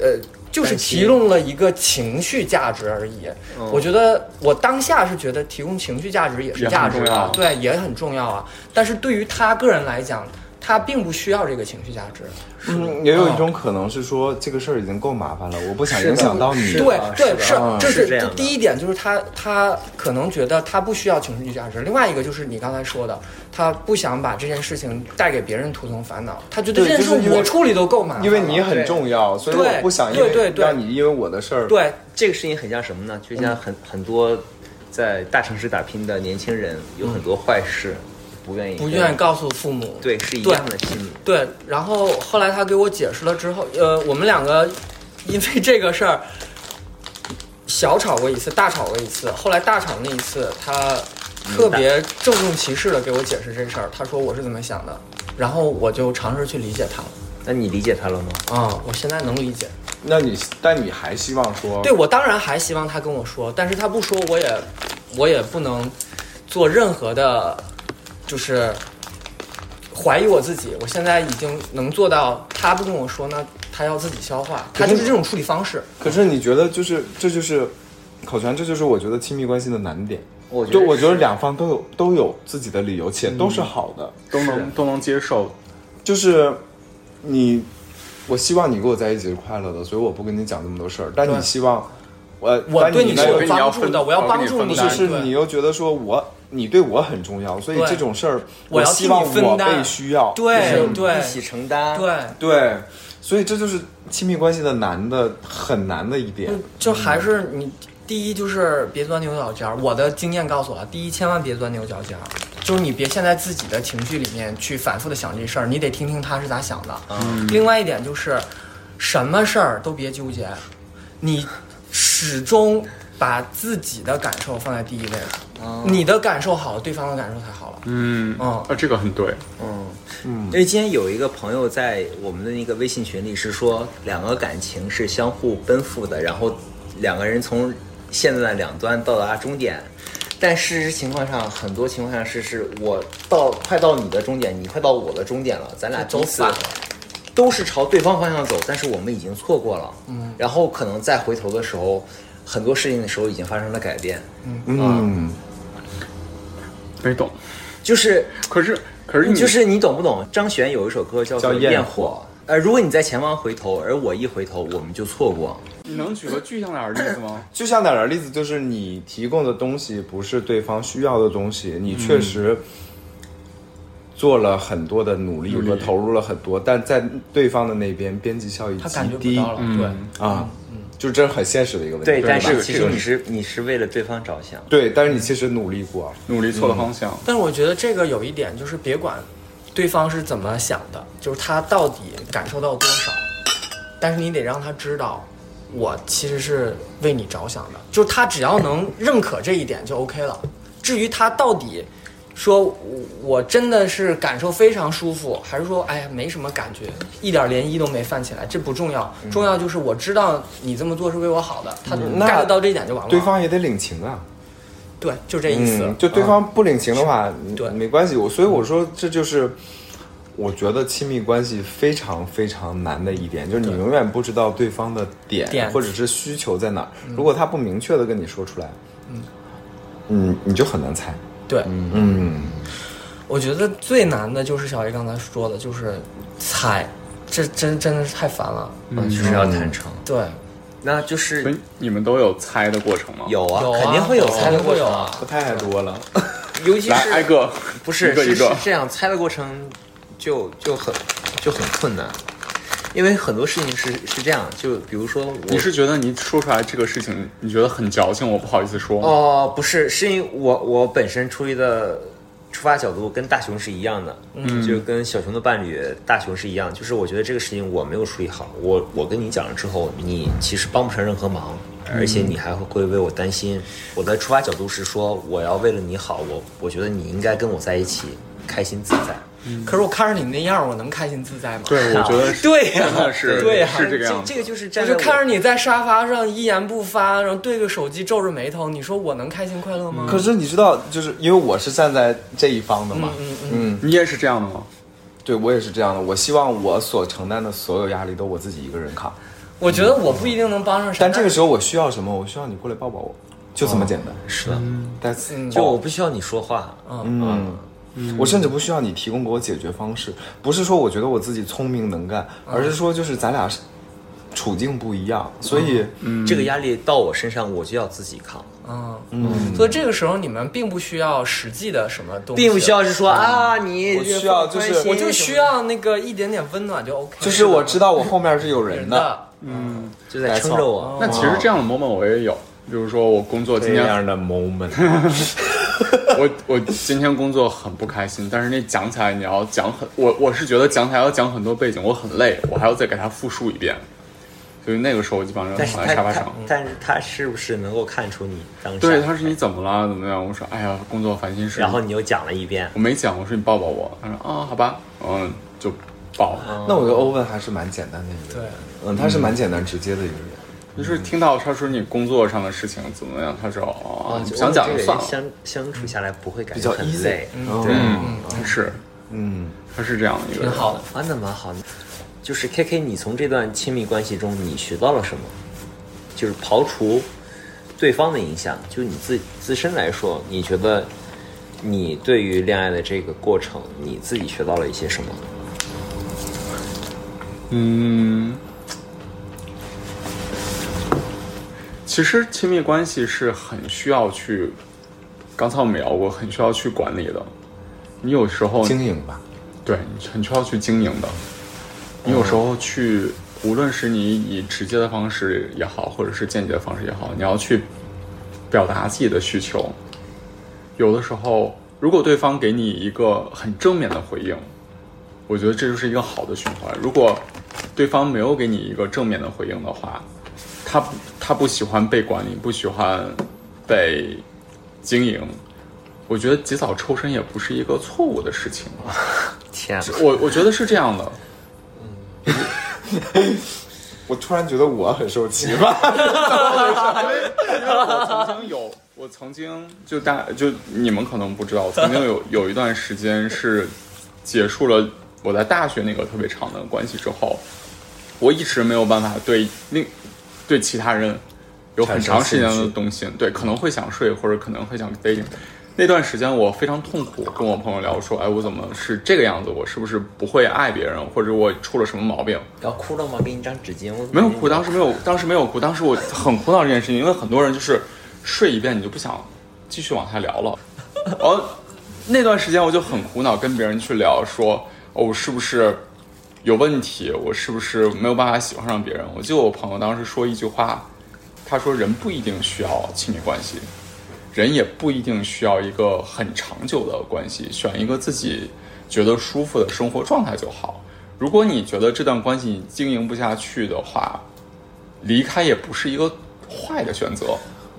[SPEAKER 2] 呃，就是
[SPEAKER 5] 担心
[SPEAKER 2] 提供了一个情绪价值而已。我觉得我当下是觉得提供情绪价值也是
[SPEAKER 4] 也很
[SPEAKER 2] 价值
[SPEAKER 4] 重要
[SPEAKER 2] 的，对，也很重要啊。但是对于他个人来讲，他并不需要这个情绪价值。
[SPEAKER 1] 嗯，也有一种可能是说这个事儿已经够麻烦了，我不想影响到你。
[SPEAKER 5] 是的
[SPEAKER 2] 对
[SPEAKER 5] 啊
[SPEAKER 2] 对
[SPEAKER 5] 是
[SPEAKER 2] 是
[SPEAKER 5] 的啊，
[SPEAKER 2] 这
[SPEAKER 5] 是这样的
[SPEAKER 2] 第一点，就是他他可能觉得他不需要情绪价值。另外一个就是你刚才说的，他不想把这件事情带给别人徒增烦恼，他觉得
[SPEAKER 1] 对
[SPEAKER 2] 这件事
[SPEAKER 1] 就是因为
[SPEAKER 2] 我处理都够麻烦了，
[SPEAKER 1] 因为你很重要，所以
[SPEAKER 2] 对
[SPEAKER 1] 我不想因为
[SPEAKER 2] 对对对
[SPEAKER 1] 让你因为我的事儿。
[SPEAKER 2] 对
[SPEAKER 5] 这个事情很像什么呢？就
[SPEAKER 2] 嗯
[SPEAKER 5] 像很、很多在大城市打拼的年轻人，有很多坏事，不愿意
[SPEAKER 2] 不
[SPEAKER 5] 跟
[SPEAKER 2] 愿意告诉父母，
[SPEAKER 5] 对是一
[SPEAKER 2] 对
[SPEAKER 5] 样的心理。
[SPEAKER 2] 对，然后后来他给我解释了之后，呃，我们两个因为这个事儿小吵过一次，大吵过一次。后来大吵那一次，他特别郑重其事的给我解释这事儿，他说我是怎么想的，然后我就尝试去理解他了。
[SPEAKER 5] 那你理解他了吗？
[SPEAKER 2] 啊、我现在能理解。
[SPEAKER 1] 那你但你还希望说，
[SPEAKER 2] 对我当然还希望他跟我说，但是他不说，我也我也不能做任何的，就是怀疑我自己。我现在已经能做到，他不跟我说，那他要自己消化，他就是这种处理方式。
[SPEAKER 1] 可是你觉得就是这就是口传，这就是我觉得亲密关系的难点。
[SPEAKER 5] 我觉得
[SPEAKER 1] 对，我
[SPEAKER 5] 是
[SPEAKER 1] 觉得两方都有都有自己的理由，且都是好的。
[SPEAKER 4] 都能都能接受，
[SPEAKER 1] 就是你，我希望你跟我在一起是快乐的，所以我不跟你讲那么多事儿。但你
[SPEAKER 2] 对
[SPEAKER 1] 希望我，
[SPEAKER 2] 我
[SPEAKER 1] 但
[SPEAKER 2] 对
[SPEAKER 1] 你
[SPEAKER 2] 你
[SPEAKER 1] 呢
[SPEAKER 2] 是
[SPEAKER 4] 我
[SPEAKER 2] 有
[SPEAKER 4] 跟你要
[SPEAKER 2] 帮助
[SPEAKER 4] 分
[SPEAKER 2] 的，我要
[SPEAKER 4] 我跟
[SPEAKER 2] 帮
[SPEAKER 4] 你
[SPEAKER 2] 助
[SPEAKER 4] 分
[SPEAKER 2] 你，
[SPEAKER 4] 担
[SPEAKER 1] 就是
[SPEAKER 2] 对
[SPEAKER 1] 你又觉得说我你对我很重要，所以
[SPEAKER 2] 对
[SPEAKER 1] 这种事儿
[SPEAKER 2] 我要替
[SPEAKER 1] 希望
[SPEAKER 2] 你分
[SPEAKER 1] 我
[SPEAKER 2] 担
[SPEAKER 1] 被需要。
[SPEAKER 2] 对对
[SPEAKER 5] 一起承担。，
[SPEAKER 2] 对，
[SPEAKER 1] 对，所以这就是亲密关系的难的很难的一点。
[SPEAKER 2] 就还是你第一就是别钻牛角尖儿。我的经验告诉我，啊第一千万别钻牛角尖儿，就是你别陷在自己的情绪里面去反复的想这事儿，你得听听他是咋想的。另外一点就是，什么事儿都别纠结，你始终把自己的感受放在第一位，你的感受好了，对方的感受才好了。
[SPEAKER 4] 嗯
[SPEAKER 2] 嗯
[SPEAKER 4] 啊，这个很对，
[SPEAKER 5] 嗯嗯。因为今天有一个朋友在我们的那个微信群里是说，两个感情是相互奔赴的，然后两个人从线段两端到达终点。但事实情况上，很多情况上是是我到快到你的终点，你快到我的终点了，咱俩
[SPEAKER 2] 就
[SPEAKER 5] 彼
[SPEAKER 2] 走
[SPEAKER 5] 此
[SPEAKER 2] 散了
[SPEAKER 5] 都是朝对方方向走，但是我们已经错过了。嗯，然后可能再回头的时候，很多事情的时候已经发生了改变。
[SPEAKER 1] 嗯，
[SPEAKER 4] 没懂。
[SPEAKER 5] 就是
[SPEAKER 4] 可是可是你
[SPEAKER 5] 就是你懂不懂？张悬有一首歌叫做
[SPEAKER 1] 叫
[SPEAKER 5] 《
[SPEAKER 1] 焰
[SPEAKER 5] 焰火》，呃，如果你在前方回头，而我一回头，我们就错过。
[SPEAKER 4] 你能举个具象点儿的例子吗？
[SPEAKER 1] 就像哪儿的例子，就是你提供的东西不是对方需要的东西，你
[SPEAKER 2] 嗯
[SPEAKER 1] 确实做了很多的努力和投入了很多，但在对方的那边边际效益
[SPEAKER 2] 他
[SPEAKER 1] 极
[SPEAKER 2] 感觉不
[SPEAKER 1] 低
[SPEAKER 2] 到了，嗯对。
[SPEAKER 1] 啊，就这是很现实的一个问题。
[SPEAKER 5] 对，但
[SPEAKER 4] 这
[SPEAKER 5] 是
[SPEAKER 4] 个
[SPEAKER 5] 其
[SPEAKER 4] 这
[SPEAKER 5] 实
[SPEAKER 4] 个
[SPEAKER 5] 你是你是为了对方着想。
[SPEAKER 1] 对，但是你其实努力过，
[SPEAKER 4] 努力错了方向，
[SPEAKER 2] 但是我觉得这个有一点就是别管对方是怎么想的，就是他到底感受到多少，但是你得让他知道，我其实是为你着想的，就是他只要能认可这一点就 OK 了。至于他到底说我我真的是感受非常舒服，还是说哎呀没什么感觉，一点涟漪都没泛起来，这不重要，重要就是我知道你这么做是为我好的，他
[SPEAKER 1] 嗯那
[SPEAKER 2] get 到这一点就完了。
[SPEAKER 1] 对方也得领情啊。
[SPEAKER 2] 对，就这意思。
[SPEAKER 1] 嗯，就对方不领情的话，嗯
[SPEAKER 2] 对
[SPEAKER 1] 没关系。我所以我说这就是，我觉得亲密关系非常非常难的一点，就是你永远不知道对方的点嗯
[SPEAKER 2] 点
[SPEAKER 1] 或者是需求在哪儿。如果他不明确的跟你说出来，嗯，你就很难猜。
[SPEAKER 2] 对，
[SPEAKER 1] 嗯，
[SPEAKER 2] 我觉得最难的就是小 A 刚才说的，就是猜，这真真的是太烦了。
[SPEAKER 5] 嗯，就是要坦诚。
[SPEAKER 2] 对，
[SPEAKER 5] 那就
[SPEAKER 4] 所
[SPEAKER 5] 是
[SPEAKER 4] 嗯以你们都有猜的过程吗？
[SPEAKER 5] 有啊，
[SPEAKER 2] 有啊
[SPEAKER 5] 肯定会有
[SPEAKER 2] 有啊
[SPEAKER 5] 猜的过程
[SPEAKER 2] 有啊
[SPEAKER 1] 不太多了。
[SPEAKER 5] 尤其
[SPEAKER 3] 来
[SPEAKER 5] 是
[SPEAKER 3] 挨个，
[SPEAKER 5] 不是
[SPEAKER 3] 一个
[SPEAKER 5] 是
[SPEAKER 3] 一个
[SPEAKER 5] 是这样猜的过程就就很就很困难，因为很多事情是是这样，就比如说我
[SPEAKER 4] 你是觉得你说出来这个事情，你觉得很矫情，我不好意思说吗？
[SPEAKER 5] 哦，不是，是因为我我本身出于的出发角度跟大熊是一样的，嗯，就跟小熊的伴侣大熊是一样，就是我觉得这个事情我没有处理好，我我跟你讲了之后，你其实帮不上任何忙，而且你还会为我担心。我的出发角度是说，我要为了你好，我我觉得你应该跟我在一起，开心自在。
[SPEAKER 2] 可是我看着你那样，我能开心自在吗？
[SPEAKER 4] 对，我觉得
[SPEAKER 2] 嗯
[SPEAKER 4] 是
[SPEAKER 2] 对呀、
[SPEAKER 4] 是
[SPEAKER 2] 对呀、
[SPEAKER 4] 是这个样子。
[SPEAKER 5] 这个就是
[SPEAKER 2] 我
[SPEAKER 5] 站在
[SPEAKER 2] 就
[SPEAKER 5] 我
[SPEAKER 2] 看着你在沙发上一言不发，然后对着手机皱着眉头，你说我能开心快乐吗？
[SPEAKER 1] 可是你知道，就是因为我是站在这一方的嘛，嗯
[SPEAKER 4] 你也是这样的吗？
[SPEAKER 1] 对我也是这样的。我希望我所承担的所有压力都我自己一个人扛，
[SPEAKER 2] 我觉得我不一定能帮上啥。
[SPEAKER 1] 但这个时候我需要什么？我需要你过来抱抱我，就这么简单。
[SPEAKER 5] 是的，
[SPEAKER 1] 但是
[SPEAKER 5] 就我不需要你说话，
[SPEAKER 1] 嗯，我甚至不需要你提供给我解决方式，不是说我觉得我自己聪明能干，而是说就是咱俩是处境不一样，所以
[SPEAKER 5] 这个压力到我身上我就要自己扛。
[SPEAKER 2] 嗯嗯，所以这个时候你们并不需要实际的什么东西，
[SPEAKER 5] 并不需要是说啊，你
[SPEAKER 1] 我需要就是
[SPEAKER 5] 关心
[SPEAKER 2] 我就需要那个一点点温暖就 OK。
[SPEAKER 1] 就是我知道我后面是有人
[SPEAKER 2] 人 *laughs*
[SPEAKER 1] 的
[SPEAKER 2] 的，
[SPEAKER 5] 就在撑着我。
[SPEAKER 4] 那其实这样的 moment 我也有，比如说我工作今
[SPEAKER 1] 这
[SPEAKER 4] 天
[SPEAKER 1] 样的 moment，
[SPEAKER 4] 我我今天工作很不开心，但是那讲起来你要讲很，我我是觉得讲起来要讲很多背景，我很累，我还要再给他复述一遍，所以那个时候我基本上
[SPEAKER 5] 但
[SPEAKER 4] 躺
[SPEAKER 5] 是
[SPEAKER 4] 在
[SPEAKER 5] 他
[SPEAKER 4] 沙发
[SPEAKER 5] 他
[SPEAKER 4] 上。
[SPEAKER 5] 但是他是不是能够看出你当时？
[SPEAKER 4] 对，他说你怎么了？怎么样？我说哎呀，工作烦心事。
[SPEAKER 5] 然后你又讲了一遍，
[SPEAKER 4] 我没讲，我说你抱抱我。他说啊，好吧，嗯，就抱。
[SPEAKER 1] *laughs* 那我觉得欧文还是蛮简单的一个
[SPEAKER 2] 对
[SPEAKER 1] 人，，嗯，他是蛮简单直接的一个人。
[SPEAKER 4] 就是听到他说你工作上的事情怎么样，他说哦，你不想讲
[SPEAKER 5] 这
[SPEAKER 4] 就
[SPEAKER 5] 个
[SPEAKER 4] 算
[SPEAKER 5] 人
[SPEAKER 4] 了。
[SPEAKER 5] 相相处下来不会感
[SPEAKER 1] 比
[SPEAKER 5] 觉
[SPEAKER 1] 较
[SPEAKER 5] 很
[SPEAKER 1] easy，
[SPEAKER 5] 累，
[SPEAKER 1] 对
[SPEAKER 4] 嗯，他是
[SPEAKER 1] 嗯，
[SPEAKER 4] 他是这样的一个
[SPEAKER 2] 挺
[SPEAKER 4] 人。
[SPEAKER 2] 好的。
[SPEAKER 5] 啊，那蛮好的。就是 K K，你从这段亲密关系中你学到了什么？就是刨除对方的影响，就你自自身来说，你觉得你对于恋爱的这个过程，你自己学到了一些什么？
[SPEAKER 4] 嗯，其实亲密关系是很需要去，刚才我们聊过，很需要去管理的。你有时候
[SPEAKER 1] 经营吧，
[SPEAKER 4] 对，你很需要去经营的。你有时候去，无论是你以直接的方式也好，或者是间接的方式也好，你要去表达自己的需求。有的时候，如果对方给你一个很正面的回应，我觉得这就是一个好的循环。如果对方没有给你一个正面的回应的话，他不他不喜欢被管理，不喜欢被经营，我觉得及早抽身也不是一个错误的事情。
[SPEAKER 5] 天啊，
[SPEAKER 4] 我我觉得是这样的，
[SPEAKER 1] 我突然觉得我很受气吧，
[SPEAKER 4] 我曾经有，我曾经就大就你们可能不知道，我曾经有有一段时间是结束了我在大学那个特别长的关系之后，我一直没有办法对另对其他人有很长时间
[SPEAKER 1] 产生
[SPEAKER 4] 的
[SPEAKER 1] 兴趣
[SPEAKER 4] 动心，对，可能会想睡或者可能会想 dating。那段时间我非常痛苦，跟我朋友聊说，哎，我怎么是这个样子？我是不是不会爱别人，或者我出了什么毛病？
[SPEAKER 5] 要哭了吗？给你一张纸巾。我
[SPEAKER 4] 没有哭，当时没有，当时没有哭，当时我很苦恼这件事情，因为很多人就是睡一遍你就不想继续往下聊了。然后那段时间我就很苦恼，跟别人去聊说，哦，我是不是有问题？我是不是没有办法喜欢上别人？我记得我朋友当时说一句话，他说人不一定需要亲密关系，人也不一定需要一个很长久的关系，选一个自己觉得舒服的生活状态就好。如果你觉得这段关系你经营不下去的话，离开也不是一个坏的选择。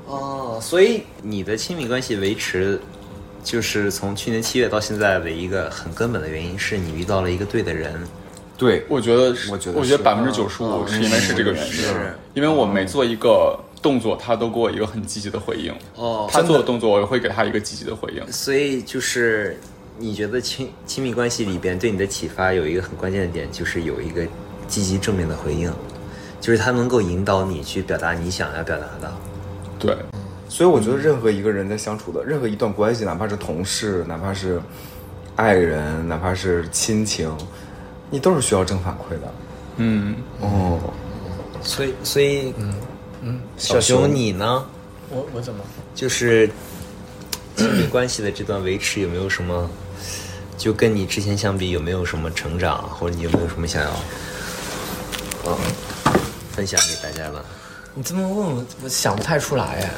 [SPEAKER 5] 哦，所以你的亲密关系维持，就是从去年七月到现在的一个很根本的原因是你遇到了一个对的人。
[SPEAKER 1] *laughs* 对，
[SPEAKER 4] 我觉得是，
[SPEAKER 1] 我觉得
[SPEAKER 4] 我觉
[SPEAKER 1] 是
[SPEAKER 4] 得百分之九十五是因为是这个原因，因为我每做一个动作，他都给我一个很积极的回应。
[SPEAKER 5] 哦
[SPEAKER 4] 他做的动作，我也会给他一个积极的回应。
[SPEAKER 5] 所以就是你觉得亲亲密关系里边对你的启发有一个很关键的点，就是有一个积极正面的回应，就是他能够引导你去表达你想要表达的。
[SPEAKER 4] 对，
[SPEAKER 1] 所以我觉得任何一个人在相处的任何一段关系，哪怕是同事，哪怕是爱人，哪怕是亲情，你都是需要正反馈的。
[SPEAKER 4] 嗯，
[SPEAKER 1] 哦，
[SPEAKER 5] 所以，所以，嗯嗯，小
[SPEAKER 1] 小熊
[SPEAKER 5] 熊你呢？
[SPEAKER 2] 我我怎么？
[SPEAKER 5] 就是亲密关系的这段维持有没有什么，就跟你之前相比有没有什么成长，啊或者你有没有什么想要，嗯，分享给大家的？
[SPEAKER 2] 你这么问我，我想不太出来哎。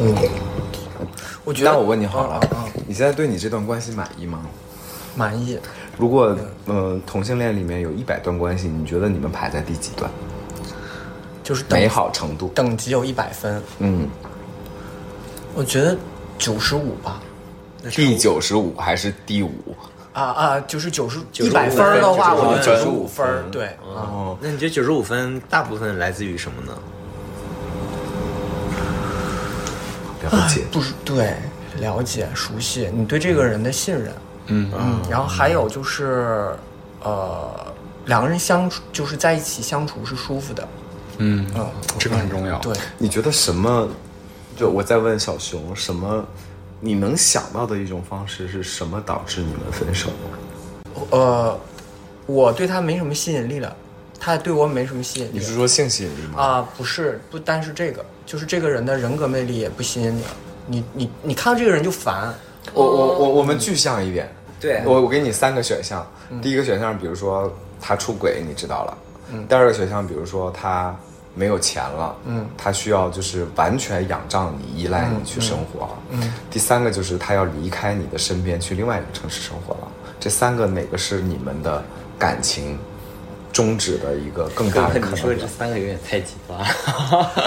[SPEAKER 2] 嗯，我觉得。
[SPEAKER 1] 那我问你啊好了，
[SPEAKER 2] 嗯嗯
[SPEAKER 1] 你现在对你这段关系满意吗？
[SPEAKER 2] 满意。
[SPEAKER 1] 如果嗯、呃同性恋里面有一百段关系，你觉得你们排在第几段？
[SPEAKER 2] 就是等
[SPEAKER 1] 美好程度？
[SPEAKER 2] 等级有一百分，
[SPEAKER 1] 嗯，
[SPEAKER 2] 我觉得九十五吧。
[SPEAKER 1] 第九十五还是第五？
[SPEAKER 2] 啊啊，就是九十一
[SPEAKER 5] 95
[SPEAKER 2] 百分儿的话，
[SPEAKER 5] 分
[SPEAKER 2] 我就九十
[SPEAKER 1] 95
[SPEAKER 2] 五分儿
[SPEAKER 1] 分。
[SPEAKER 2] 对啊，
[SPEAKER 1] 哦，
[SPEAKER 5] 那你觉得九十五分大部分来自于什么 *laughs* 呢？
[SPEAKER 1] 了解。
[SPEAKER 2] 不是对了解熟悉，你对这个人的信任。
[SPEAKER 4] 嗯
[SPEAKER 2] 嗯，然后还有就是，呃，两个人相处就是在一起相处是舒服的。
[SPEAKER 4] 嗯，
[SPEAKER 2] 嗯，
[SPEAKER 4] 这个很重要。
[SPEAKER 2] 对，
[SPEAKER 1] 你觉得什么？就我在问小熊，什么你能想到的一种方式是什么导致你们分手？
[SPEAKER 2] 呃，我对他没什么吸引力了，他对我没什么吸引力
[SPEAKER 1] 你是
[SPEAKER 2] 了。
[SPEAKER 1] 说性吸引力吗？
[SPEAKER 2] 啊、不是，不单是这个，就是这个人的人格魅力也不吸引你了。你你你看到这个人就烦，
[SPEAKER 1] 我我
[SPEAKER 2] 哦
[SPEAKER 1] 我我们具象一点，
[SPEAKER 5] 对
[SPEAKER 1] 我我给你三个选项，
[SPEAKER 2] 嗯
[SPEAKER 1] 第一个选项比如说他出轨，你知道了，第二个选项比如说他没有钱了，
[SPEAKER 2] 嗯
[SPEAKER 1] 他需要就是完全仰仗你，依赖你去生活，啊
[SPEAKER 2] 嗯
[SPEAKER 1] 第三个就是他要离开你的身边，去另外一个城市生活了。这三个哪个是你们的感情终止的一个更
[SPEAKER 2] *laughs*
[SPEAKER 1] 大的可
[SPEAKER 5] 你
[SPEAKER 1] 能
[SPEAKER 5] 说这
[SPEAKER 1] 呢？
[SPEAKER 5] 三个有点太极端。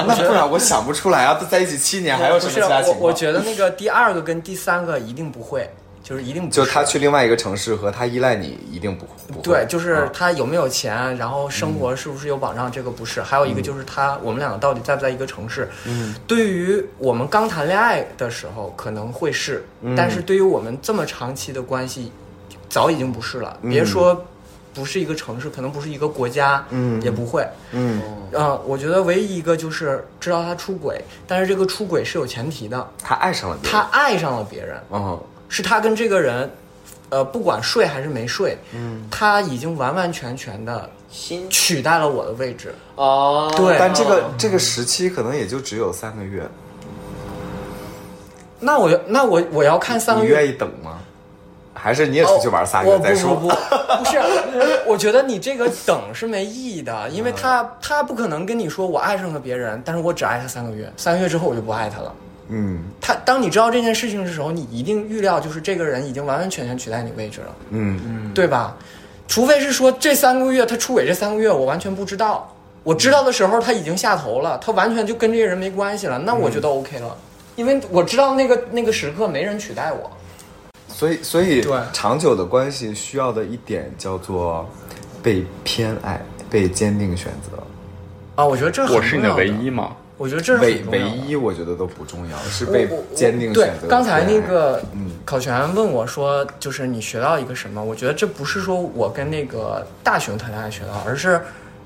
[SPEAKER 1] 那不然我想不出来啊！都在一起七年，还有什么
[SPEAKER 2] 不是啊
[SPEAKER 1] 其他情
[SPEAKER 2] 我
[SPEAKER 1] 况？
[SPEAKER 2] 我觉得那个第二个跟第三个一定不会，就是一定不
[SPEAKER 1] 就是他去另外一个城市和他依赖你，一定不不会啊嗯
[SPEAKER 2] 对，就是他有没有钱，然后生活是不是有保障，这个不是。还有一个就是他，我们两个到底在不在一个城市？嗯，对于我们刚谈恋爱的时候可能会是，
[SPEAKER 1] 嗯
[SPEAKER 2] 但是对于我们这么长期的关系，早已经不是了。
[SPEAKER 1] 嗯
[SPEAKER 2] 别说不是一个城市，可能不是一个国家，嗯，也不会。
[SPEAKER 1] 嗯，
[SPEAKER 2] 嗯，我觉得唯一一个就是知道他出轨，但是这个出轨是有前提的，
[SPEAKER 1] 他爱上了别人
[SPEAKER 2] 他爱上了别人，
[SPEAKER 1] 嗯
[SPEAKER 2] 是他跟这个人，呃，不管睡还是没睡，嗯，他已经完完全全的
[SPEAKER 5] 心
[SPEAKER 2] 取代了我的位置。
[SPEAKER 5] 哦，
[SPEAKER 2] 对
[SPEAKER 1] 但这个这个时期可能也就只有三个月，
[SPEAKER 2] 那我那我我要看三个
[SPEAKER 1] 你
[SPEAKER 2] 月，
[SPEAKER 1] 愿意等吗？还是你也出去玩仨月再说？
[SPEAKER 2] 哦不不不，不是，我觉得你这个等是没意义的，
[SPEAKER 1] 嗯
[SPEAKER 2] 因为他他不可能跟你说我爱上了别人，但是我只爱他三个月，三个月之后我就不爱他了。
[SPEAKER 1] 嗯
[SPEAKER 2] 他当你知道这件事情的时候，你一定预料就是这个人已经完完全全取代你位置了，
[SPEAKER 1] 嗯，
[SPEAKER 2] 对吧？除非是说这三个月他出轨，这三个月我完全不知道，我知道的时候他已经下头了，他完全就跟这个人没关系了，那我觉得 OK 了，因为我知道那个那个时刻没人取代我。
[SPEAKER 1] 所以所以
[SPEAKER 2] 对
[SPEAKER 1] 长久的关系需要的一点叫做被偏爱，被坚定选择。
[SPEAKER 2] 啊，我觉得这很
[SPEAKER 4] 我是你
[SPEAKER 2] 重
[SPEAKER 4] 的
[SPEAKER 2] 要
[SPEAKER 4] 唯一吗？
[SPEAKER 2] 我觉得这是
[SPEAKER 1] 唯
[SPEAKER 2] 很重
[SPEAKER 1] 唯
[SPEAKER 2] 要的
[SPEAKER 1] 一我觉得都不重要，是
[SPEAKER 2] 我
[SPEAKER 1] 被
[SPEAKER 2] 我我
[SPEAKER 1] 坚定
[SPEAKER 2] 对
[SPEAKER 1] 选择的偏爱。
[SPEAKER 2] 刚才那个
[SPEAKER 1] 嗯
[SPEAKER 2] 考全问我说，就是你学到一个什么？我觉得这不是说我跟那个大熊谈恋爱学到，而是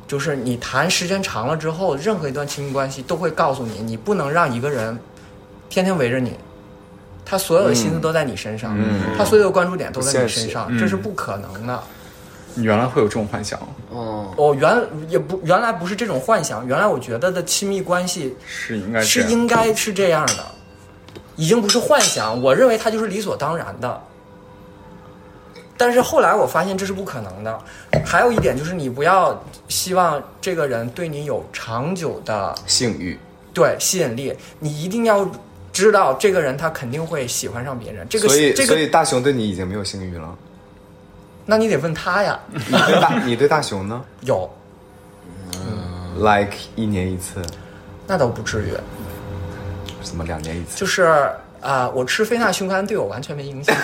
[SPEAKER 2] 就是你谈时间长了之后，任何一段亲密关系都会告诉你，你不能让一个人天天围着你。他所有的心思都在你身上，
[SPEAKER 1] 嗯
[SPEAKER 2] 他所有的关注点都在你
[SPEAKER 1] 现实
[SPEAKER 2] 身上，
[SPEAKER 4] 嗯
[SPEAKER 2] 这是不可能的。
[SPEAKER 4] 你原来会有这种幻想？
[SPEAKER 5] 嗯，
[SPEAKER 2] 我、原也不原来不是这种幻想，原来我觉得的亲密关系
[SPEAKER 4] 是应该这
[SPEAKER 2] 是
[SPEAKER 4] 样
[SPEAKER 2] 应该是这样的，已经不是幻想，我认为它就是理所当然的。但是后来我发现这是不可能的。还有一点就是，你不要希望这个人对你有长久的
[SPEAKER 1] 性欲，
[SPEAKER 2] 对吸引力，你一定要知道这个人他肯定会喜欢上别人。这个
[SPEAKER 1] 所以
[SPEAKER 2] 这
[SPEAKER 1] 所以
[SPEAKER 2] 个，
[SPEAKER 1] 大熊对你已经没有性欲了。
[SPEAKER 2] 那你得问他呀。
[SPEAKER 1] 你对大你对大熊
[SPEAKER 2] *laughs*
[SPEAKER 1] 呢
[SPEAKER 2] 有，
[SPEAKER 1] ？Like 一年一次，
[SPEAKER 2] 那倒不至于。
[SPEAKER 1] 怎么两年一次？
[SPEAKER 2] 就是啊、我吃非那胸苷对我完全没影响。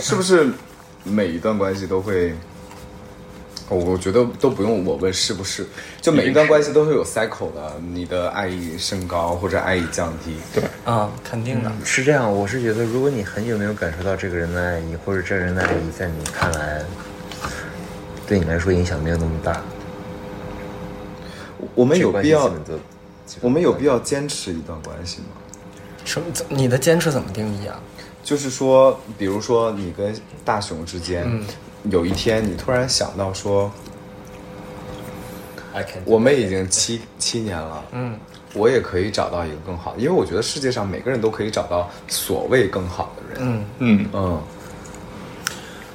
[SPEAKER 1] 是不是每一段关系都会？我我觉得都不用我问是不是，就每一段关系都会有 cycle 的，你的爱意升高或者爱意降低。对，
[SPEAKER 2] 嗯，肯定的。
[SPEAKER 5] 是这样，我是觉得，如果你很久没有感受到这个人的爱意，或者这个人的爱意在你看来，对你来说影响没有那么大，
[SPEAKER 1] 我们有必要
[SPEAKER 5] 这个关系基，本都
[SPEAKER 1] 我们有必要坚持一段关系吗？
[SPEAKER 2] 什么？怎你的坚持怎么定义啊？
[SPEAKER 1] 就是说，比如说你跟大
[SPEAKER 5] 嗯
[SPEAKER 1] 熊之间，有一天你突然想到说，
[SPEAKER 5] I can
[SPEAKER 1] 我们已经七七年了，嗯，我也可以找到一个更好的，因为我觉得世界上每个人都可以找到所谓更好的人，
[SPEAKER 2] 嗯，
[SPEAKER 4] 嗯，
[SPEAKER 1] 嗯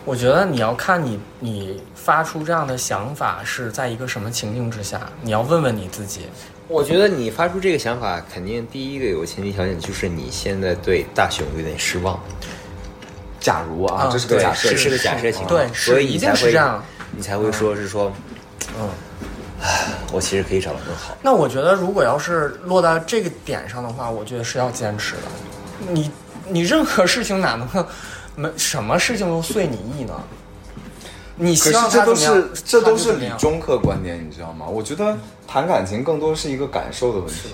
[SPEAKER 2] 我觉得你要看你你发出这样的想法是在一个什么情境之下，你要问问你自己。
[SPEAKER 5] 我觉得你发出这个想法，肯定第一个有前提条件就是你现在对大熊有点失望，
[SPEAKER 1] 假如啊，
[SPEAKER 2] 啊
[SPEAKER 1] 这是个
[SPEAKER 5] 对
[SPEAKER 1] 假，设，
[SPEAKER 5] 是是个假设情况，
[SPEAKER 2] 对
[SPEAKER 5] 所以
[SPEAKER 2] 是
[SPEAKER 5] 你
[SPEAKER 2] 一
[SPEAKER 5] 才
[SPEAKER 2] 定是
[SPEAKER 5] 会
[SPEAKER 2] 这样，
[SPEAKER 5] 你才会说是说，
[SPEAKER 2] 嗯，
[SPEAKER 5] 我其实可以找到更好。
[SPEAKER 2] 那我觉得如果要是落到这个点上的话，我觉得是要坚持的。你你任何事情哪能没什么事情都遂你意呢？你
[SPEAKER 1] 可
[SPEAKER 2] 希
[SPEAKER 1] 是
[SPEAKER 2] 望
[SPEAKER 1] 这
[SPEAKER 2] 他
[SPEAKER 1] 都
[SPEAKER 2] 怎么样
[SPEAKER 1] 是这都是
[SPEAKER 2] 他就怎么
[SPEAKER 1] 理
[SPEAKER 2] 样嗯
[SPEAKER 1] 中客观点，你知道吗？我觉得谈感情更多是一个感受的问题。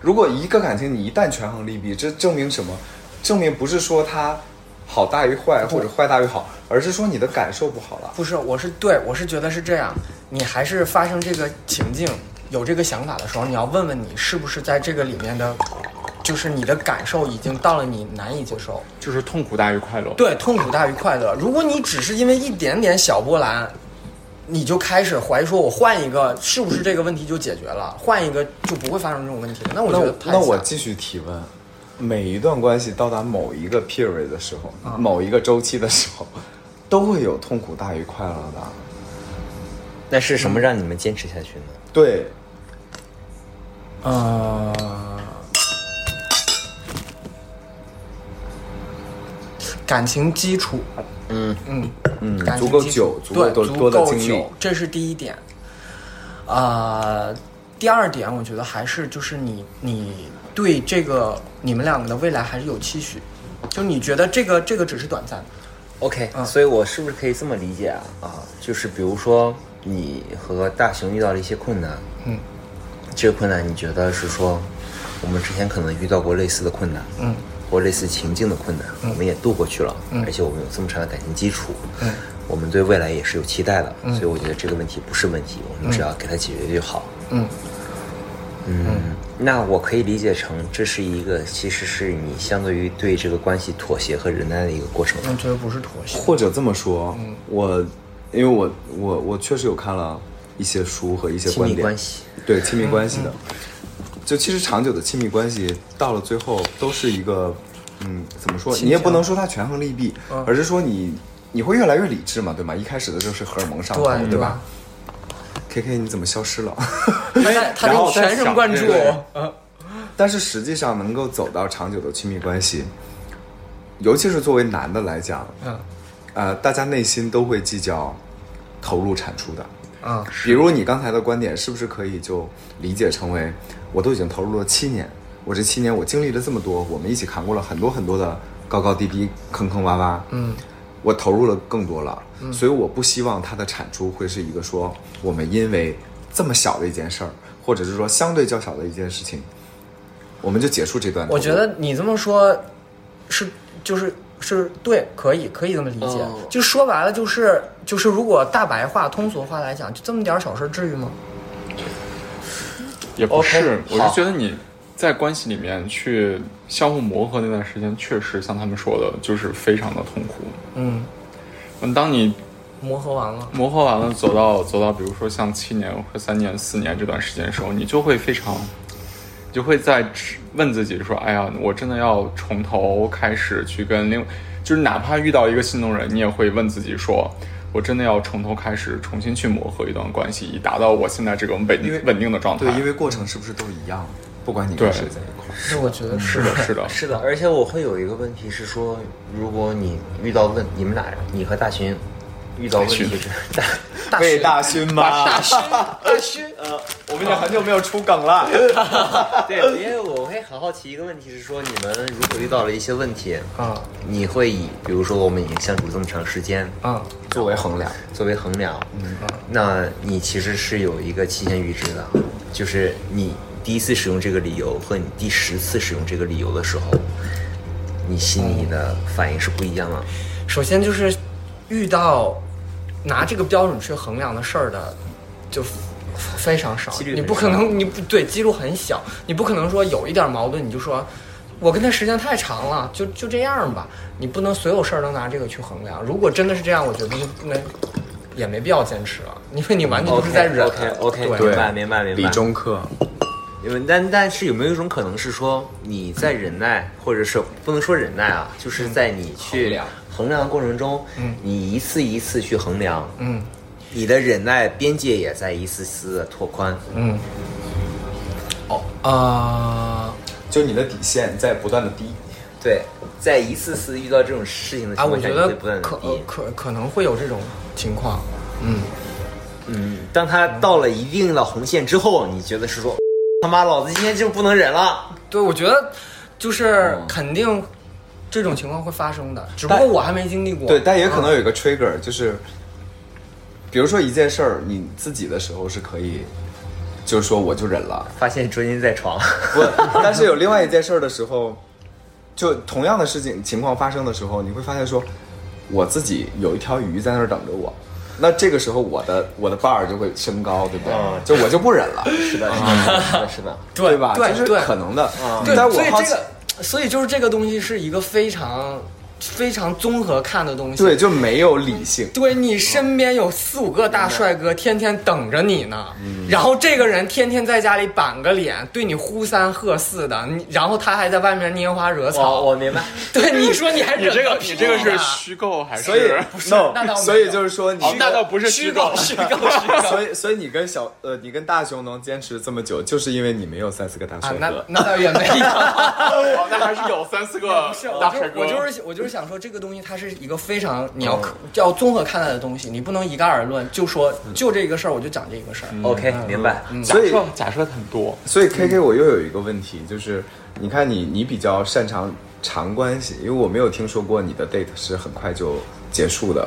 [SPEAKER 1] 如果一个感情你一旦权衡利弊，这证明什么？证明不是说它好大于坏或者坏大于好，而是说你的感受不好了。
[SPEAKER 2] 不是，我是对，我是觉得是这样。你还是发生这个情境，有这个想法的时候，你要问问你是不是在这个里面的，就是你的感受已经到了你难以接受。
[SPEAKER 4] 就是痛苦大于快乐。
[SPEAKER 2] 对，痛苦大于快乐。如果你只是因为一点点小波澜，你就开始怀疑说，我换一个是不是这个问题就解决了？换一个就不会发生这种问题了。那我
[SPEAKER 1] 那
[SPEAKER 2] 觉得
[SPEAKER 1] 我
[SPEAKER 2] 太
[SPEAKER 1] 那我
[SPEAKER 2] 假
[SPEAKER 1] 继续提问：每一段关系到达某一个 period 的时候，
[SPEAKER 2] 啊
[SPEAKER 1] 某一个周期的时候，都会有痛苦大于快乐的。
[SPEAKER 5] 那是什么让你们坚持下去呢？
[SPEAKER 1] 对，
[SPEAKER 2] 呃，感情基础，
[SPEAKER 5] 嗯
[SPEAKER 2] 嗯
[SPEAKER 1] 嗯
[SPEAKER 2] 感情
[SPEAKER 1] 足够
[SPEAKER 2] 基础
[SPEAKER 1] 久足够
[SPEAKER 2] 对
[SPEAKER 1] 多
[SPEAKER 2] 足
[SPEAKER 1] 多的
[SPEAKER 2] 够
[SPEAKER 1] 经历
[SPEAKER 2] 久这是第一点。呃，第二点，我觉得还是就是你你对这个你们两个的未来还是有期许，就你觉得这个这个只是短暂的，
[SPEAKER 5] OK，、
[SPEAKER 2] 嗯
[SPEAKER 5] 所以我是不是可以这么理解啊？啊，就是比如说你和大熊遇到了一些困难，
[SPEAKER 2] 嗯
[SPEAKER 5] 这个困难你觉得是说我们之前可能遇到过类似的困难，
[SPEAKER 2] 嗯，
[SPEAKER 5] 或类似情境的困难，我们也度过去了，而且我们有这么长的感情基础，
[SPEAKER 2] 嗯，
[SPEAKER 5] 我们对未来也是有期待的，所以我觉得这个问题不是问题，我们只要给它解决就好。
[SPEAKER 2] 嗯
[SPEAKER 5] 嗯，那我可以理解成这是一个，其实是你相对于对这个关系妥协和忍耐的一个过程。
[SPEAKER 2] 那觉得不是妥协，
[SPEAKER 1] 或者这么说，我因为我我我确实有看了一些书和一些
[SPEAKER 5] 亲
[SPEAKER 1] 观
[SPEAKER 5] 密
[SPEAKER 1] 点，
[SPEAKER 5] 关系
[SPEAKER 1] 对亲密关系的，就其实长久的亲密关系到了最后都是一个，嗯，怎么说？你也不能说它权衡利弊，而是说你你会越来越理智嘛，对吗？一开始的时候是荷尔蒙上头，
[SPEAKER 2] 对
[SPEAKER 1] 对吧？K K，你怎么消失了？ *laughs*
[SPEAKER 2] 他在他
[SPEAKER 1] 嗯然后
[SPEAKER 2] 在
[SPEAKER 1] 再
[SPEAKER 2] 全神
[SPEAKER 1] 想
[SPEAKER 2] 贯注
[SPEAKER 4] 对对，
[SPEAKER 1] 但是实际上能够走到长久的亲密关系，尤其是作为男的来讲，
[SPEAKER 2] 嗯
[SPEAKER 1] 呃，大家内心都会计较投入产出的。
[SPEAKER 2] 啊
[SPEAKER 1] 比如你刚才的观点，是不是可以就理解成为，我都已经投入了七年，我这七年我经历了这么多，我们一起扛过了很多很多的高高低低、坑坑洼洼，
[SPEAKER 2] 嗯
[SPEAKER 1] 我投入了更多了，所以我不希望它的产出会是一个说我们因为这么小的一件事儿，或者是说相对较小的一件事情，我们就结束这段投入。
[SPEAKER 2] 我觉得你这么说，是就是是对，可以可以这么理解。
[SPEAKER 4] 哦
[SPEAKER 2] 就说白了，就是就是，如果大白话通俗话来讲，就这么点儿小事，至于吗？
[SPEAKER 4] 也不是
[SPEAKER 5] OK，
[SPEAKER 4] 我
[SPEAKER 5] 好
[SPEAKER 4] 是觉得你在关系里面去相互磨合那段时间，确实像他们说的，就是非常的痛苦。
[SPEAKER 2] 嗯，
[SPEAKER 4] 嗯，当你
[SPEAKER 2] 磨合完了，
[SPEAKER 4] 磨合完了，走到走到，比如说像七年或三年、四年这段时间的时候，你就会非常，你就会在指问自己说：“哎呀，我真的要从头开始去跟另，就是哪怕遇到一个心动人，你也会问自己说，我真的要从头开始重新去磨合一段关系，以达到我现在这种
[SPEAKER 1] 因为
[SPEAKER 4] 稳稳定的状态。
[SPEAKER 1] 对，因为过程是不是都一样？不管你跟
[SPEAKER 4] 对
[SPEAKER 1] 谁在一块儿，
[SPEAKER 2] 那我觉得是
[SPEAKER 4] 嗯是的，是的，
[SPEAKER 5] 是的，而且我会有一个问题是说，如果你遇到问，你们俩，你和大群遇到问题
[SPEAKER 4] 大
[SPEAKER 5] 是
[SPEAKER 2] 大
[SPEAKER 5] 大，
[SPEAKER 1] 为
[SPEAKER 2] 学
[SPEAKER 1] 大勋吗？大勋，
[SPEAKER 2] 大学
[SPEAKER 1] 呃我们已经很久没有出梗
[SPEAKER 2] *laughs*
[SPEAKER 1] 了。
[SPEAKER 5] 对，因为我会很好奇一个问题是说，你们如果遇到了一些问题，
[SPEAKER 2] 啊
[SPEAKER 5] 你会以比如说我们已经相处这么长时间
[SPEAKER 2] 啊，
[SPEAKER 1] 作为衡量，
[SPEAKER 5] 作为衡量，那你其实是有一个期限阈值的，就是你第一次使用这个理由和你第十次使用这个理由的时候，你心里的反应是不一样的。
[SPEAKER 2] 首先就是遇到拿这个标准去衡量的事儿的，就非常少
[SPEAKER 5] 几率。很
[SPEAKER 2] 你不可能，你不对几率很小，你不可能说有一点矛盾你就说。我跟他时间太长了，就就这样吧。你不能所有事儿都拿这个去衡量。如果真的是这样，我觉得就那也没必要坚持了，因为你完全就是在忍。
[SPEAKER 5] OK OK，
[SPEAKER 2] 对
[SPEAKER 5] 明白明白明白。
[SPEAKER 1] 理中客，
[SPEAKER 5] 因为但但是有没有一种可能是说你在忍耐，或者是不能说忍耐啊，就是在你
[SPEAKER 2] 衡
[SPEAKER 5] 去
[SPEAKER 2] 量
[SPEAKER 5] 衡量的过程中，
[SPEAKER 2] 嗯
[SPEAKER 5] 你一次一次去衡量，
[SPEAKER 2] 嗯
[SPEAKER 5] 你的忍耐边界也在一丝丝的拓宽。
[SPEAKER 2] 嗯。哦啊、
[SPEAKER 1] 就你的底线在不断的低。
[SPEAKER 5] 对，在一次次遇到这种事情的情
[SPEAKER 2] 啊，我
[SPEAKER 5] 况下，
[SPEAKER 2] 觉
[SPEAKER 5] 你
[SPEAKER 2] 得
[SPEAKER 5] 会不断的
[SPEAKER 2] 可呃
[SPEAKER 5] 低。
[SPEAKER 2] 可可能会有这种情况。嗯，
[SPEAKER 5] 嗯，当他到了一定的红线之后，你觉得是说， *laughs* 他妈老子今天就不能忍了。
[SPEAKER 2] 对，我觉得就是肯定这种情况会发生的，只不过
[SPEAKER 1] 嗯但
[SPEAKER 2] 我还没经历过。
[SPEAKER 1] 对，但也可能有一个 trigger，就是比如说一件事儿，你自己的时候是可以，就是说我就忍了，
[SPEAKER 5] 发现捉奸在床，
[SPEAKER 1] 不， *laughs* 但是有另外一件事儿的时候，就同样的事情情况发生的时候，你会发现说，我自己有一条鱼在那儿等着我。那这个时候，我的我的 bar 就会升高，对不嗯对？就我就不忍了，
[SPEAKER 5] 是的，是的，是的，是的。
[SPEAKER 2] 对
[SPEAKER 1] 吧？
[SPEAKER 2] 对
[SPEAKER 1] 这是
[SPEAKER 2] 对
[SPEAKER 1] 可能的。
[SPEAKER 2] 嗯对，
[SPEAKER 1] 但
[SPEAKER 2] 所以
[SPEAKER 1] 我好
[SPEAKER 2] 这
[SPEAKER 1] 奇，
[SPEAKER 2] 个，所以就是这个东西是一个非常非常综合看的东西。
[SPEAKER 1] 对，就没有理性。
[SPEAKER 2] 对你身边有四五个大帅哥，天天等着你呢。
[SPEAKER 1] 嗯
[SPEAKER 2] 然后这个人天天在家里板个脸，对你呼三喝四的，你然后他还在外面拈花惹草。
[SPEAKER 5] 我我明白，
[SPEAKER 2] *laughs* 对你说你还
[SPEAKER 4] *laughs* 你这
[SPEAKER 2] 忍
[SPEAKER 4] 个
[SPEAKER 2] 屁
[SPEAKER 4] 你这个是
[SPEAKER 2] 呢
[SPEAKER 4] 虚构还是？
[SPEAKER 1] 所以
[SPEAKER 2] 那倒没有
[SPEAKER 1] 所以就是说你
[SPEAKER 4] 哦，那倒不是虚构，
[SPEAKER 2] 虚构
[SPEAKER 4] *laughs*
[SPEAKER 2] 虚构
[SPEAKER 1] 所以，所以你跟小呃，你跟大雄能坚持这么久，就是因为你没有三四个大
[SPEAKER 2] 啊
[SPEAKER 1] 帅，
[SPEAKER 2] 那
[SPEAKER 1] 哥。
[SPEAKER 2] 那倒也没有。
[SPEAKER 4] *laughs* 哦那还是有三四 *laughs* 个
[SPEAKER 2] 不是，我
[SPEAKER 4] 大
[SPEAKER 2] 就
[SPEAKER 4] 帅哥。嗯
[SPEAKER 2] 我就是我就是想说，这个东西它是一个非常你要可要综合看待的东西，你不能一概而论，就说
[SPEAKER 4] 嗯
[SPEAKER 2] 就这个事儿我就讲这个事儿。
[SPEAKER 5] OK，明白。
[SPEAKER 1] 所以，
[SPEAKER 4] 假设很多，
[SPEAKER 1] 所以 K K，我又有一个问题，就是你看你你比较擅长长关系，因为我没有听说过你的 date 是很快就结束的，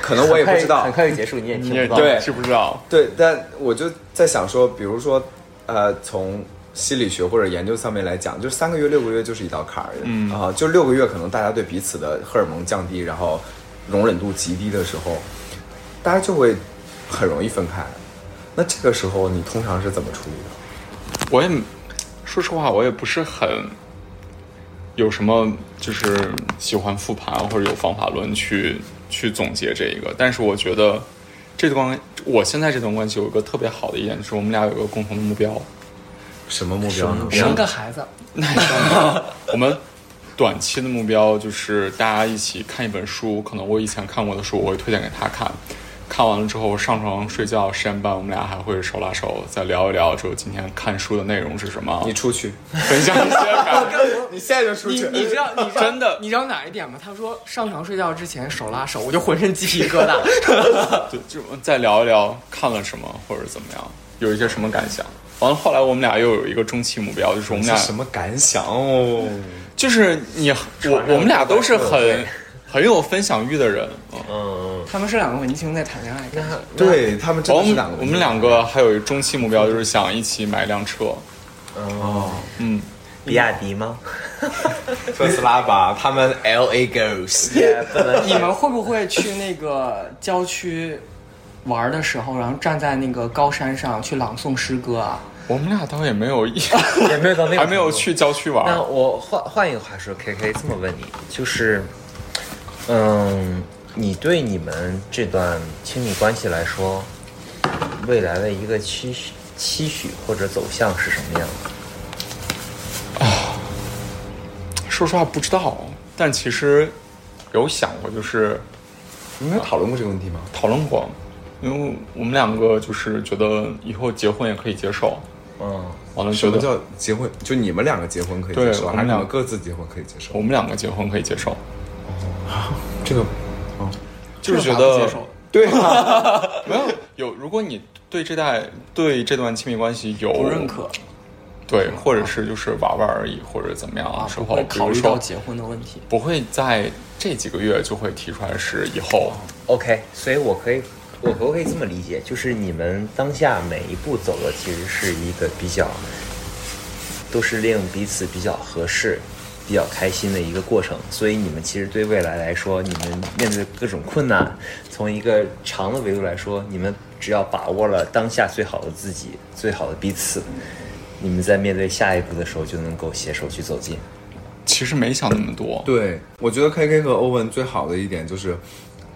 [SPEAKER 1] 可能我也不知道
[SPEAKER 5] *laughs* 很。快就结束，你也
[SPEAKER 4] 你
[SPEAKER 5] 听
[SPEAKER 4] 也
[SPEAKER 5] 不到。
[SPEAKER 1] 对
[SPEAKER 4] 是不知道。
[SPEAKER 1] 对，但我就在想说，比如说，呃，从心理学或者研究上面来讲，就是三个月、六个月就是一道坎儿。
[SPEAKER 4] 嗯
[SPEAKER 1] 啊、就六个月可能大家对彼此的荷尔蒙降低，然后容忍度极低的时候，大家就会很容易分开。那这个时候你通常是怎么处理的？
[SPEAKER 4] 我也说实话，我也不是很有什么就是喜欢复盘或者有方法论去去总结这一个，但是我觉得这段我现在这段关系有一个特别好的一点，就是我们俩有一个共同的目标，
[SPEAKER 1] 什么目标呢？
[SPEAKER 2] 生个孩子，
[SPEAKER 4] 我们短期的目标就是大家一起看一本书，可能我以前看过的书，我会推荐给他看。看完了之后上床睡觉，十点半我们俩还会手拉手再聊一聊，就今天看书的内容是什么，
[SPEAKER 1] 你出去，
[SPEAKER 4] 分享一些感
[SPEAKER 1] *laughs*
[SPEAKER 4] 觉。
[SPEAKER 1] 你现在就出
[SPEAKER 2] 你
[SPEAKER 1] 去。
[SPEAKER 2] 你知道你真的你知道哪一点吗？他说上床睡觉之前手拉手，我就浑身鸡皮疙瘩。
[SPEAKER 4] *laughs* 就就再聊一聊看了什么或者怎么样，有一些什么感想。完了，后来我们俩又有一个中期目标，就是我们
[SPEAKER 1] 是
[SPEAKER 4] 俩
[SPEAKER 1] 什么感想哦？
[SPEAKER 4] 就是你我我们俩都是很很有分享欲的人，嗯，
[SPEAKER 5] 嗯，
[SPEAKER 2] 他们是两个文青在谈恋爱，
[SPEAKER 1] 对他们真
[SPEAKER 4] 我
[SPEAKER 1] 的是
[SPEAKER 4] 们
[SPEAKER 1] 两个
[SPEAKER 4] 我们两个还有一中期目标就是想一起买一辆车，
[SPEAKER 1] 哦，
[SPEAKER 4] 嗯，
[SPEAKER 5] 比亚迪吗？
[SPEAKER 1] *laughs* 特斯拉吧，他们 L A girls。
[SPEAKER 5] 也不能
[SPEAKER 2] 你们会不会去那个郊区玩的时候，然后站在那个高山上去朗诵诗歌啊？
[SPEAKER 4] 我们俩倒也没有一
[SPEAKER 5] *laughs*
[SPEAKER 4] *laughs*
[SPEAKER 5] 也没有到那个，
[SPEAKER 4] 还没有。去啊郊区玩
[SPEAKER 5] 那，我换换一个话说，K K 这么问你，就是，嗯，你对你们这段亲密关系来说，未来的一个期许、期许或者走向是什么样的？
[SPEAKER 4] 说实话不知道，但其实有想过，就是
[SPEAKER 1] 你们有讨论过这个问题吗？
[SPEAKER 4] 讨论过，因为我们两个就是觉得以后结婚也可以接受，
[SPEAKER 5] 嗯，
[SPEAKER 4] 完了
[SPEAKER 1] 什
[SPEAKER 4] 觉
[SPEAKER 1] 么
[SPEAKER 4] 得
[SPEAKER 1] 叫结婚？就你们两个结婚可以
[SPEAKER 4] 对
[SPEAKER 1] 接受，
[SPEAKER 4] 我
[SPEAKER 1] 还
[SPEAKER 4] 们
[SPEAKER 1] 是你
[SPEAKER 4] 俩
[SPEAKER 1] 们各自结婚可以接受
[SPEAKER 4] 我？们两个结婚可以接受，
[SPEAKER 1] 这个，哦，
[SPEAKER 4] 就是觉
[SPEAKER 2] 这个法不
[SPEAKER 4] 得
[SPEAKER 2] 接受
[SPEAKER 1] 对啊，
[SPEAKER 4] 没有有。如果你对这代对这段亲密关系有
[SPEAKER 2] 不认，可
[SPEAKER 4] 对，或者是就是玩玩而已，或者怎么样的
[SPEAKER 2] 啊
[SPEAKER 4] 时
[SPEAKER 2] 不
[SPEAKER 4] 候，
[SPEAKER 2] 会
[SPEAKER 4] 比
[SPEAKER 2] 考
[SPEAKER 4] 如
[SPEAKER 2] 虑到
[SPEAKER 4] 说
[SPEAKER 2] 结婚的问题。
[SPEAKER 4] 不会在这几个月就会提出来是以后，
[SPEAKER 5] OK，所以我可以，我可不可以这么理解？就是你们当下每一步走的其实是一个比较，都是令彼此比较合适、比较开心的一个过程。所以你们其实对未来来说，你们面对各种困难，从一个长的维度来说，你们只要把握了当下最好的自己、最好的彼此，你们在面对下一步的时候就能够携手去走近。
[SPEAKER 4] 其实没想那么多。
[SPEAKER 1] 对，我觉得 K K 和欧文最好的一点就是，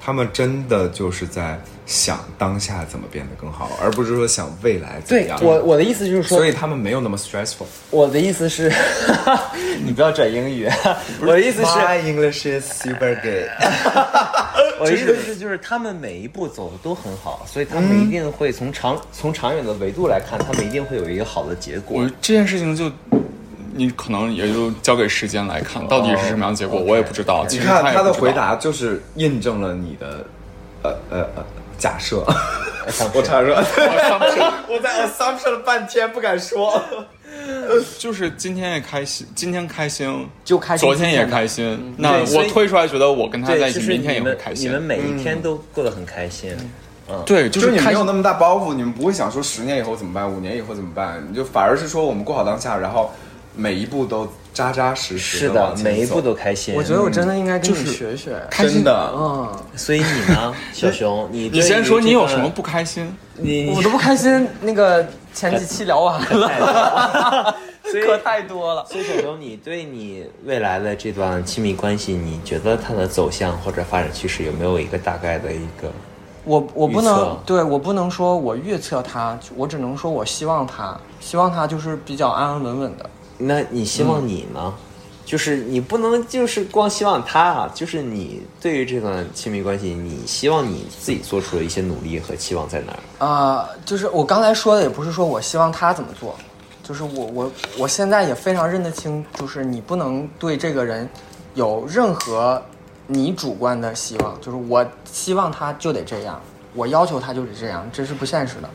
[SPEAKER 1] 他们真的就是在想当下怎么变得更好，而不是说想未来怎么
[SPEAKER 5] 对
[SPEAKER 1] 样。
[SPEAKER 5] 我我的意思就是说
[SPEAKER 1] 所，以他们没有那么 stressful。
[SPEAKER 5] 我的意思是， *laughs* 你不要转英语。我的意思是，
[SPEAKER 1] My English is super good。
[SPEAKER 5] 我的意思是，就是他们每一步走的都很好，所以他们一定会从长、从长远的维度来看，他们一定会有一个好的结
[SPEAKER 4] 我
[SPEAKER 5] 果。
[SPEAKER 4] 这件事情就。你可能也就交给时间来看，到底是什么样的结果，我也不知道。 *laughs* 其
[SPEAKER 1] 你
[SPEAKER 4] 实
[SPEAKER 1] 看
[SPEAKER 4] 也
[SPEAKER 1] 他
[SPEAKER 4] 不
[SPEAKER 1] 的
[SPEAKER 4] 知道
[SPEAKER 1] 回，答就是印证了你的，呃呃呃假
[SPEAKER 4] *laughs*
[SPEAKER 1] 设。我常说， *laughs* 我在 assumption 了半天不敢说。
[SPEAKER 4] 就是今天也开心，今天开心
[SPEAKER 5] 就开心
[SPEAKER 4] 昨天也
[SPEAKER 5] 今天的
[SPEAKER 4] 开心。那
[SPEAKER 5] 对所
[SPEAKER 4] 我
[SPEAKER 5] 以
[SPEAKER 4] 推出来，觉得我跟他在
[SPEAKER 5] 对，
[SPEAKER 4] 一起，
[SPEAKER 5] 就是
[SPEAKER 4] 明
[SPEAKER 5] 你
[SPEAKER 4] 天也会
[SPEAKER 5] 们
[SPEAKER 4] 开
[SPEAKER 5] 你
[SPEAKER 4] 心。
[SPEAKER 5] 们每一天都过得很开心。
[SPEAKER 4] 对，
[SPEAKER 1] 就
[SPEAKER 4] 就是
[SPEAKER 1] 你们
[SPEAKER 4] 是
[SPEAKER 1] 没
[SPEAKER 4] 开
[SPEAKER 1] 有
[SPEAKER 4] 心。
[SPEAKER 1] 那么大包袱，你们不会想说十年以后怎么办，五年以后怎么办，你就反而是说我们过好当下，然后每一步都扎扎实实
[SPEAKER 5] 是
[SPEAKER 1] 地
[SPEAKER 5] 的
[SPEAKER 1] 往，前走。
[SPEAKER 5] 每一步都开心。
[SPEAKER 2] 我觉得我真的应该跟
[SPEAKER 4] 就
[SPEAKER 2] 你
[SPEAKER 4] 是
[SPEAKER 2] 学学。
[SPEAKER 4] 开心
[SPEAKER 1] 真的。
[SPEAKER 2] 嗯，
[SPEAKER 5] 所以你呢，小熊，你
[SPEAKER 4] 你
[SPEAKER 5] 对
[SPEAKER 4] 先说
[SPEAKER 5] 这
[SPEAKER 4] 你有
[SPEAKER 5] 段
[SPEAKER 4] 什么？不开心？
[SPEAKER 5] 你
[SPEAKER 2] *laughs* 我都不开心。那个前几期聊完 *laughs* 了，*laughs*
[SPEAKER 5] 所以
[SPEAKER 2] 可太多了。
[SPEAKER 5] 所以小熊，你对你未来的这段亲密关系，你觉得它的走向或者发展趋势有没有一个大概的一个？
[SPEAKER 2] 我我不
[SPEAKER 5] 预
[SPEAKER 2] 能
[SPEAKER 5] 测
[SPEAKER 2] 对我不能说我预测它，我只能说我希望它，希望它就是比较安安稳稳的。
[SPEAKER 5] 那你希望你呢？
[SPEAKER 4] 嗯
[SPEAKER 5] 就是你不能就是光希望他啊，就是你对于这段亲密关系，你希望你自己做出的一些努力和期望在哪儿？
[SPEAKER 2] 啊、就是我刚才说的，也不是说我希望他怎么做，就是我我我现在也非常认得清，就是你不能对这个人有任何你主观的希望，就是我希望他就得这样，我要求他就得这样，这是不现实的，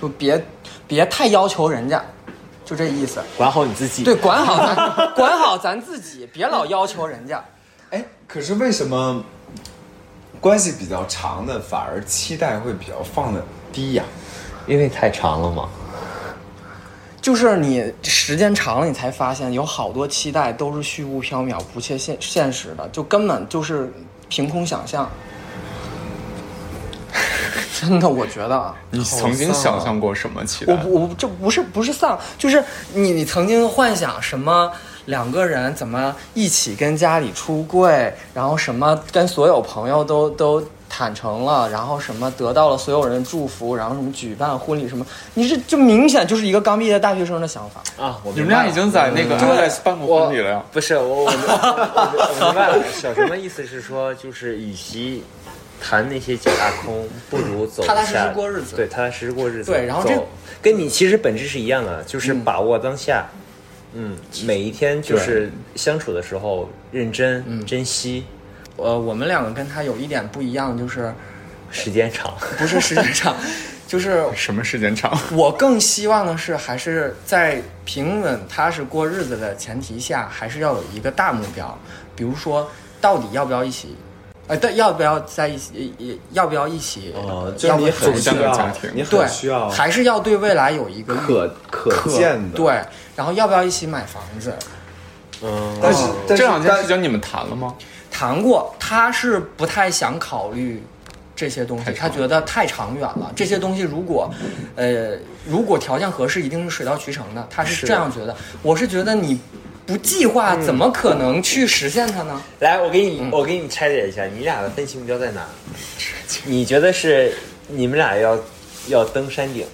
[SPEAKER 2] 就别别太要求人家，就这意思。
[SPEAKER 5] 管好你自己。
[SPEAKER 2] 对，管好咱管好咱自己，别老要求人家。
[SPEAKER 1] 哎，可是为什么关系比较长的反而期待会比较放的低呀、
[SPEAKER 5] 因为太长了嘛。
[SPEAKER 2] 就是你时间长了，你才发现有好多期待都是虚无缥缈、不切现现实的，就根本就是凭空想象。 *laughs* 真的，我觉得啊，
[SPEAKER 4] 你曾经想象过什么期
[SPEAKER 2] 我
[SPEAKER 4] 待？
[SPEAKER 2] 不我不这不是不是丧，就是你你曾经幻想什么两个人怎么一起跟家里出柜，然后什么跟所有朋友都都坦诚了，然后什么得到了所有人的祝福，然后什么举办婚礼什么，你这就明显就是一个刚毕业大学生的想法。
[SPEAKER 5] 啊，我
[SPEAKER 4] 你们俩已经在那个 Alex 办过
[SPEAKER 5] 我
[SPEAKER 4] 婚礼了呀？
[SPEAKER 5] 不是我我我我我明白了，小熊的意思是说，就是与其谈那些假大空，不如走
[SPEAKER 2] 踏踏实
[SPEAKER 5] 下
[SPEAKER 2] 实过日子
[SPEAKER 5] 对，踏踏实实过日子。
[SPEAKER 2] 对然后这
[SPEAKER 5] 走跟你其实本质是一样的，就是把握当下。嗯，每一天就是相处的时候认真、珍惜，
[SPEAKER 2] 呃，我们两个跟他有一点不一样，就是
[SPEAKER 1] *laughs*
[SPEAKER 5] 时间 *laughs* 长。
[SPEAKER 2] 不是时间长，就是
[SPEAKER 4] 什么时间长？
[SPEAKER 2] 我更希望的是，还是在平稳踏实过日子的前提下，还是要有一个大目标，比如说到底要不要一起，呃，对，要不要在一起，也要不要一起，
[SPEAKER 1] 哦，就
[SPEAKER 2] 要
[SPEAKER 1] 是
[SPEAKER 2] 不
[SPEAKER 1] 你
[SPEAKER 2] 要
[SPEAKER 1] 很
[SPEAKER 4] 组
[SPEAKER 1] 需
[SPEAKER 4] 建个家
[SPEAKER 1] 要
[SPEAKER 4] 庭，
[SPEAKER 1] 你很
[SPEAKER 2] 对，
[SPEAKER 1] 需要
[SPEAKER 2] 还是要对未来有一个
[SPEAKER 1] 可可见的。，
[SPEAKER 2] 对，然后要不要一起买房子？
[SPEAKER 5] 嗯，
[SPEAKER 1] 但是但
[SPEAKER 4] 这
[SPEAKER 1] 是
[SPEAKER 4] 两件
[SPEAKER 1] 但
[SPEAKER 4] 事情你们谈了吗？
[SPEAKER 2] 谈过，他是不太想考虑这些东西，他觉得太长远了。这些东西如果，呃，如果条件合适，一定是水到渠成的。他是这样觉得。我是觉得你不计划，怎么可能去实现它呢？
[SPEAKER 5] 来，我给你，我给你拆解一下，你俩的分歧目标在哪？你觉得是你们俩要要登山顶，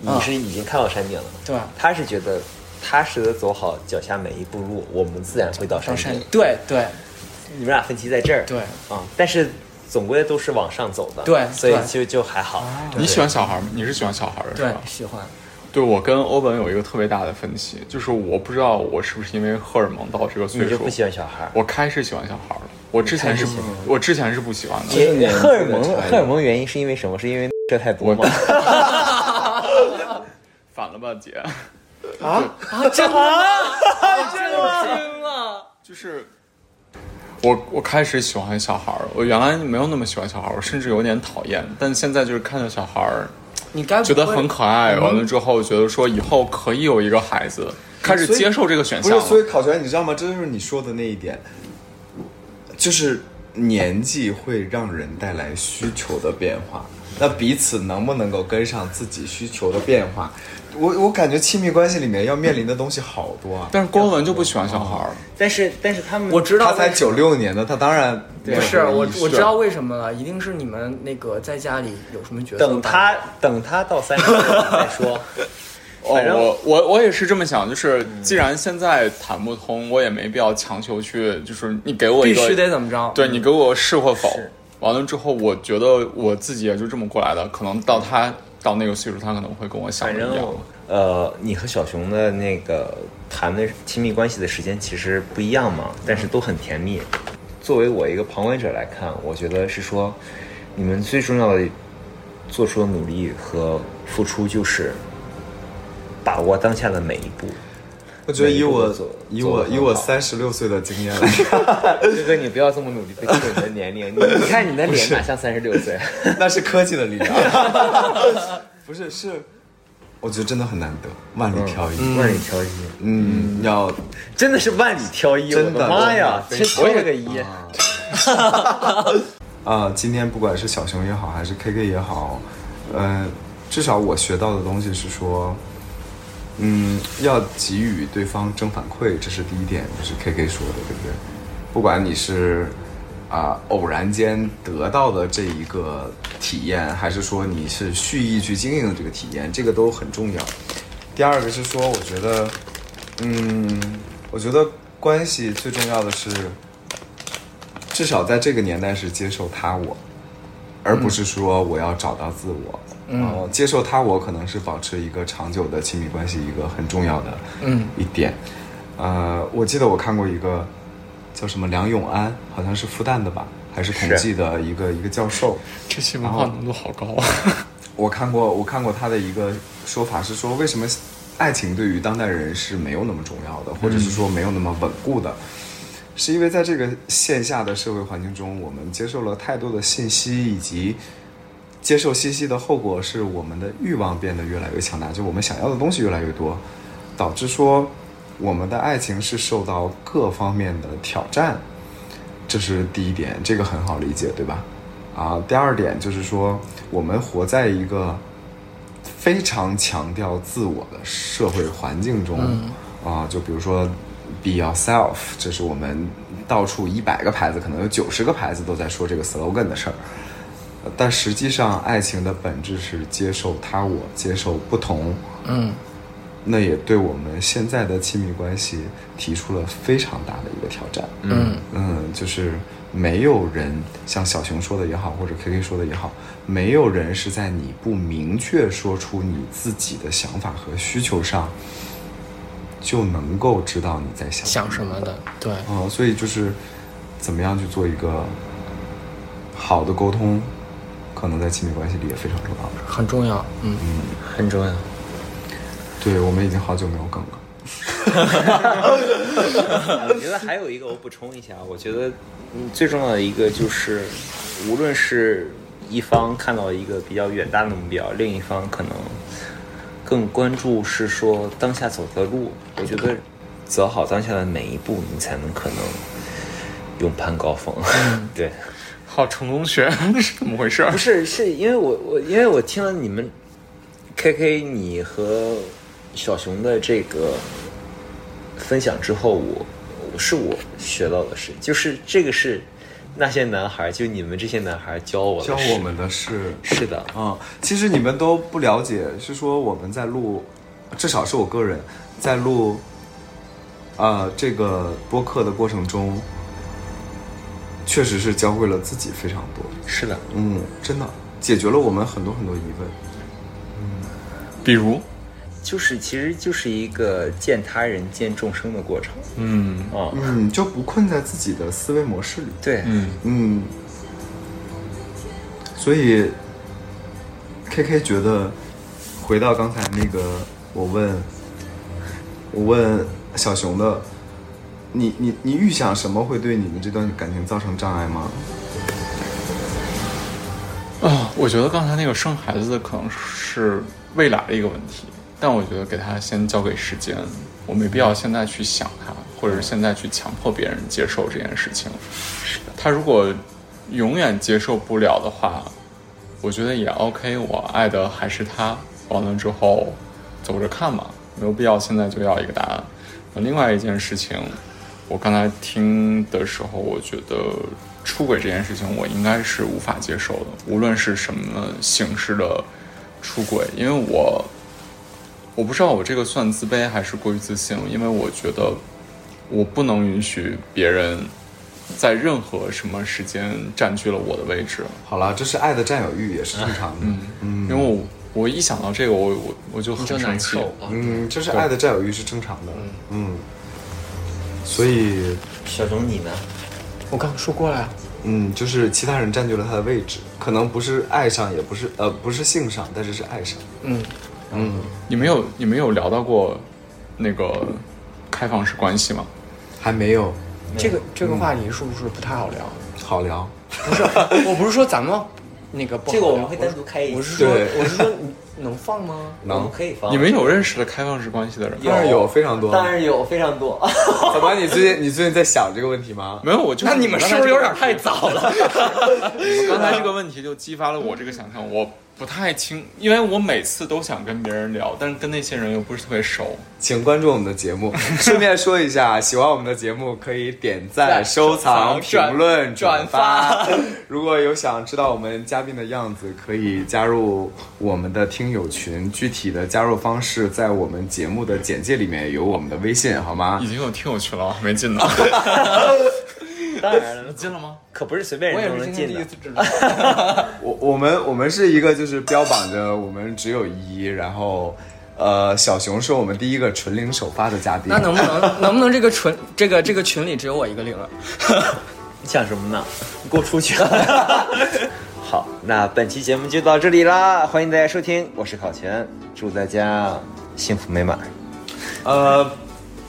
[SPEAKER 5] 你
[SPEAKER 2] 嗯
[SPEAKER 5] 是已经看到山顶了，
[SPEAKER 2] 对
[SPEAKER 5] 他是觉得踏实的走好脚下每一步路，我们自然会到山
[SPEAKER 2] 上山
[SPEAKER 5] 顶。，
[SPEAKER 2] 对对
[SPEAKER 5] 你们俩分歧在这儿，
[SPEAKER 2] 对
[SPEAKER 5] 啊，但是总归都是往上走的，
[SPEAKER 2] 对
[SPEAKER 5] 所以
[SPEAKER 2] 对哦
[SPEAKER 5] 就就还好。
[SPEAKER 4] 你喜欢小孩吗？你是喜欢小孩的是
[SPEAKER 2] 对
[SPEAKER 4] 吧，？
[SPEAKER 2] 喜欢。
[SPEAKER 4] 对，我跟欧文有一个特别大的分歧，就是我不知道我是不是因为荷尔蒙到这个
[SPEAKER 5] 你
[SPEAKER 4] 岁
[SPEAKER 5] 就
[SPEAKER 4] 数
[SPEAKER 5] 不，喜欢小孩儿？
[SPEAKER 4] 我开始喜欢小孩了。我之前是不，我之前是不喜欢的。
[SPEAKER 1] 这个年纪的
[SPEAKER 5] 荷尔蒙
[SPEAKER 1] 差异
[SPEAKER 5] 荷尔蒙原因是因为什么？是因为这太多吗？
[SPEAKER 4] 反了吧，姐？
[SPEAKER 1] 啊
[SPEAKER 4] 就是我我开始喜欢小孩儿，我原来没有那么喜欢小孩儿，我甚至有点讨厌，但现在就是看到小孩儿
[SPEAKER 2] 你该不
[SPEAKER 4] 觉得
[SPEAKER 2] 会
[SPEAKER 4] 很可爱，完了之后觉得说以后可以有一个孩子，开始
[SPEAKER 1] 所以
[SPEAKER 4] 接受这个选
[SPEAKER 1] 不
[SPEAKER 4] 项
[SPEAKER 1] 是，所以
[SPEAKER 4] 了。
[SPEAKER 1] 考全你知道吗？这就是你说的那一点，就是年纪会让人带来需求的变化。那彼此能不能够跟上自己需求的变化？我我感觉亲密关系里面要面临的东西好多啊。
[SPEAKER 4] 但是光文就不喜欢小孩儿，
[SPEAKER 5] *laughs* 但是但是他们
[SPEAKER 2] 我知道
[SPEAKER 1] 他才
[SPEAKER 2] 为什么
[SPEAKER 1] 九六年的，他当然
[SPEAKER 2] 不是啊
[SPEAKER 1] 没有
[SPEAKER 2] 我
[SPEAKER 1] 这个意识
[SPEAKER 2] 我知道为什么了，一定是你们那个在家里有什么角色
[SPEAKER 5] 等他等他到三十岁了再说。
[SPEAKER 4] 哦
[SPEAKER 5] 反，正嗯
[SPEAKER 4] 我我我也是这么想，就是既然现在谈不通，我也没必要强求去，就是你给我一
[SPEAKER 2] 必
[SPEAKER 4] 个
[SPEAKER 2] 须得怎么着？
[SPEAKER 4] 对你给我是或否，完了之后，我觉得我自己也就这么过来的。可能到他到那个岁数，他可能会跟我想
[SPEAKER 5] 反
[SPEAKER 4] 的
[SPEAKER 5] 正
[SPEAKER 4] 一样。
[SPEAKER 5] 我呃，你和小熊的那个谈的亲密关系的时间其实不一样嘛，但是都很甜蜜。作为我一个旁观者来看，我觉得是说，你们最重要的做出的努力和付出就是把握当下的每一 *laughs* 步。
[SPEAKER 1] 我觉得以
[SPEAKER 5] 每一步
[SPEAKER 1] 我
[SPEAKER 5] 都做
[SPEAKER 1] 以
[SPEAKER 5] 做得
[SPEAKER 1] 我
[SPEAKER 5] 很
[SPEAKER 1] 以我
[SPEAKER 5] 好
[SPEAKER 1] 三十六岁的经验来
[SPEAKER 4] *laughs*
[SPEAKER 1] 看，
[SPEAKER 5] 哥哥，你不要这么努力被记住你的年 *laughs* 龄，你你看你的脸哪像三十六岁？
[SPEAKER 1] 那是科技的
[SPEAKER 4] *laughs*
[SPEAKER 1] 力量，不是是，我觉得真的很难得，万
[SPEAKER 4] 嗯
[SPEAKER 1] 里挑一。
[SPEAKER 5] 万里 *laughs* 挑一，
[SPEAKER 1] 嗯，要
[SPEAKER 5] 真的是万里挑一，
[SPEAKER 1] 真的
[SPEAKER 5] 我的妈呀，
[SPEAKER 1] 真
[SPEAKER 5] 真
[SPEAKER 1] 的
[SPEAKER 5] 挑了个一。
[SPEAKER 1] 啊，今天不管是小熊也好，还是 KK 也好，嗯、至少我学到的东西是说，嗯，要给予对方正反馈，这是第一点，就是 KK 说的，对不对？不管你是啊、偶然间得到的这一个体验，还是说你是蓄意去经营这个体验，这个都很重要。第二个是说，我觉得，嗯，我觉得关系最重要的是，至少在这个年代是接受他我，而不是说我要找到自我。然后接受他我可能是保持一个长久的亲密关系一个很重要的
[SPEAKER 2] 嗯
[SPEAKER 1] 一点。呃，我记得我看过一个叫什么梁永安，好像是复旦的吧，还是统计的一个一个教授。
[SPEAKER 4] 这期文化浓度好高啊！
[SPEAKER 1] 我看过，我看过他的一个说法是说，为什么爱情对于当代人是没有那么重要的，或者是说没有那么稳固的，是因为在这个线下的社会环境中，我们接受了太多的信息，以及接受信息的后果是我们的欲望变得越来越强大，就我们想要的东西越来越多，导致说我们的爱情是受到各方面的挑战，这是第一点，这个很好理解，对吧？啊，第二点就是说，我们活在一个非常强调自我的社会环境中，啊，就比如说 “be yourself”，这是我们到处一百个牌子，可能有九十个牌子都在说这个 slogan 的事儿。呃但实际上，爱情的本质是接受他我，接受不同，
[SPEAKER 2] 嗯
[SPEAKER 1] 那也对我们现在的亲密关系提出了非常大的一个挑战。
[SPEAKER 2] 嗯
[SPEAKER 1] 嗯，就是没有人像小熊说的也好，或者 K K 说的也好，没有人是在你不明确说出你自己的想法和需求上，就能够知道你在想
[SPEAKER 2] 想什么的，对，
[SPEAKER 1] 啊、所以就是怎么样去做一个好的沟通，可能在亲密关系里也非常重要。
[SPEAKER 2] 很重要，嗯，
[SPEAKER 5] 很重要。
[SPEAKER 1] 对我们已经好久没有梗了。
[SPEAKER 5] 我觉得还有一个，我补充一下，我觉得嗯最重要的一个就是，无论是一方看到一个比较远大的目标，另一方可能更关注是说当下走的路。我觉得走好当下的每一步，你才能可能勇攀高峰。 *laughs* 对，
[SPEAKER 4] 好，成功学 *laughs* 这是怎么回事儿
[SPEAKER 5] 不？是，是因为我我因为我听了你们 K K 你和小熊的这个分享之后，我我是我学到的事，就是这个是那些男孩，就你们这些男孩教我的
[SPEAKER 1] 教
[SPEAKER 5] 事
[SPEAKER 1] 我们的是
[SPEAKER 5] 是的，
[SPEAKER 1] 嗯，其实你们都不了解，是说我们在录，至少是我个人在录，呃，这个播客的过程中，确实是教会了自己非常多。
[SPEAKER 5] 是的，
[SPEAKER 1] 嗯，真的解决了我们很多很多疑问。
[SPEAKER 4] 比如，
[SPEAKER 5] 就是其实就是一个见他人见众生的过程
[SPEAKER 4] 嗯，
[SPEAKER 5] 啊、
[SPEAKER 1] 嗯，就不困在自己的思维模式里。
[SPEAKER 5] 对，嗯，
[SPEAKER 1] 嗯，所以 K K 觉得，回到刚才那个，我问，我问小熊的，你你你预想什么会对你们这段感情造成障碍吗？
[SPEAKER 4] 啊，我觉得刚才那个生孩子的可能是未来的一个问题，但我觉得给他先交给时间，我没必要现在去想他，或者是现在去强迫别人接受这件事情。他如果永远接受不了的话，我觉得也 OK，我爱的还是他。完了之后，走着看吧，没有必要现在就要一个答案。那另外一件事情，我刚才听的时候，我觉得出轨这件事情，我应该是无法接受的，无论是什么形式的出轨，因为我我不知道我这个算自卑还是过于自信，因为我觉得我不能允许别人在任何什么时间占据了我的位置。
[SPEAKER 1] 好了，这是爱的占有欲，也是正常的。
[SPEAKER 5] 嗯
[SPEAKER 4] 因为我我一想到这个，我我我就啊很生气。
[SPEAKER 1] 嗯，这是爱的占有欲是正常的。嗯，所以
[SPEAKER 5] 小熊你呢？
[SPEAKER 2] 我刚说过了呀，
[SPEAKER 1] 嗯，就是其他人占据了他的位置，可能不是爱上，也不是呃不是性上，但是是爱上。
[SPEAKER 2] 嗯，
[SPEAKER 1] 嗯，
[SPEAKER 4] 你们有你们有聊到过那个开放式关系吗？
[SPEAKER 1] 还没有
[SPEAKER 2] 这
[SPEAKER 5] 嗯
[SPEAKER 2] 个这个话题是不是不太好聊？ *laughs*
[SPEAKER 1] 好聊。
[SPEAKER 2] 不是，我不是说咱们那个不好聊
[SPEAKER 5] 这个我们会单独开一
[SPEAKER 2] 我
[SPEAKER 5] 期
[SPEAKER 2] 是说，
[SPEAKER 1] 对
[SPEAKER 2] 我是说，你能放
[SPEAKER 5] *laughs*
[SPEAKER 2] 吗？
[SPEAKER 5] 我
[SPEAKER 1] 能
[SPEAKER 5] 们可以放。
[SPEAKER 4] 你们有认识的开放式关系的人吗？
[SPEAKER 1] 当然有非常多
[SPEAKER 5] 当然有非常多。
[SPEAKER 1] 怎么？你最近你最近在想这个问题吗？
[SPEAKER 4] 没有，我就那你们
[SPEAKER 5] 是不是有点太早
[SPEAKER 4] *laughs*
[SPEAKER 5] 了？
[SPEAKER 4] 我刚才这个问题就激发了我这个想象，我不太清，因为我每次都想跟别人聊，但是跟那些人又不是特别熟。
[SPEAKER 1] 请关注我们的节 *laughs* 目。顺便说一下，喜欢我们的节目可以点赞、收藏、评
[SPEAKER 5] 转
[SPEAKER 1] 论、
[SPEAKER 5] 转
[SPEAKER 1] 发。 *laughs* 如果有想知道我们嘉宾的样子，可以加入我们的听友群。具体的加入方式在我们节目的简介里面有我们的微信，好吗
[SPEAKER 4] 已？经有听友群了，我还啊没进呢。
[SPEAKER 5] 啊当然
[SPEAKER 4] *laughs*
[SPEAKER 5] 了，
[SPEAKER 4] 进了吗？
[SPEAKER 5] 可不是随便
[SPEAKER 2] 我
[SPEAKER 5] 人
[SPEAKER 2] 也
[SPEAKER 5] 都
[SPEAKER 2] 是
[SPEAKER 5] 能
[SPEAKER 2] 今天第
[SPEAKER 5] 进
[SPEAKER 2] 一
[SPEAKER 5] 的。
[SPEAKER 2] 次知道。 *laughs*
[SPEAKER 1] 我我们我们是一个就是标榜着我们只有一，然后呃，小熊是我们第一个纯零首发的嘉宾。
[SPEAKER 2] 那能不能能不能这个群这个这个群里只有我一个零啊？
[SPEAKER 5] 你想什么呢？你给我出去！ *laughs* 好，那本期节目就到这里啦，欢迎大家收听，我是考全，祝大家幸福美满。
[SPEAKER 1] 呃，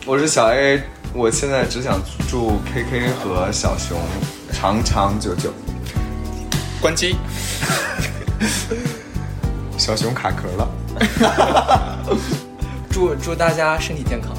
[SPEAKER 1] 我是小 A，我现在只想祝 KK 和小熊长长久久。
[SPEAKER 4] 关机。
[SPEAKER 1] 小熊卡壳了，
[SPEAKER 2] 祝祝大家身体健康。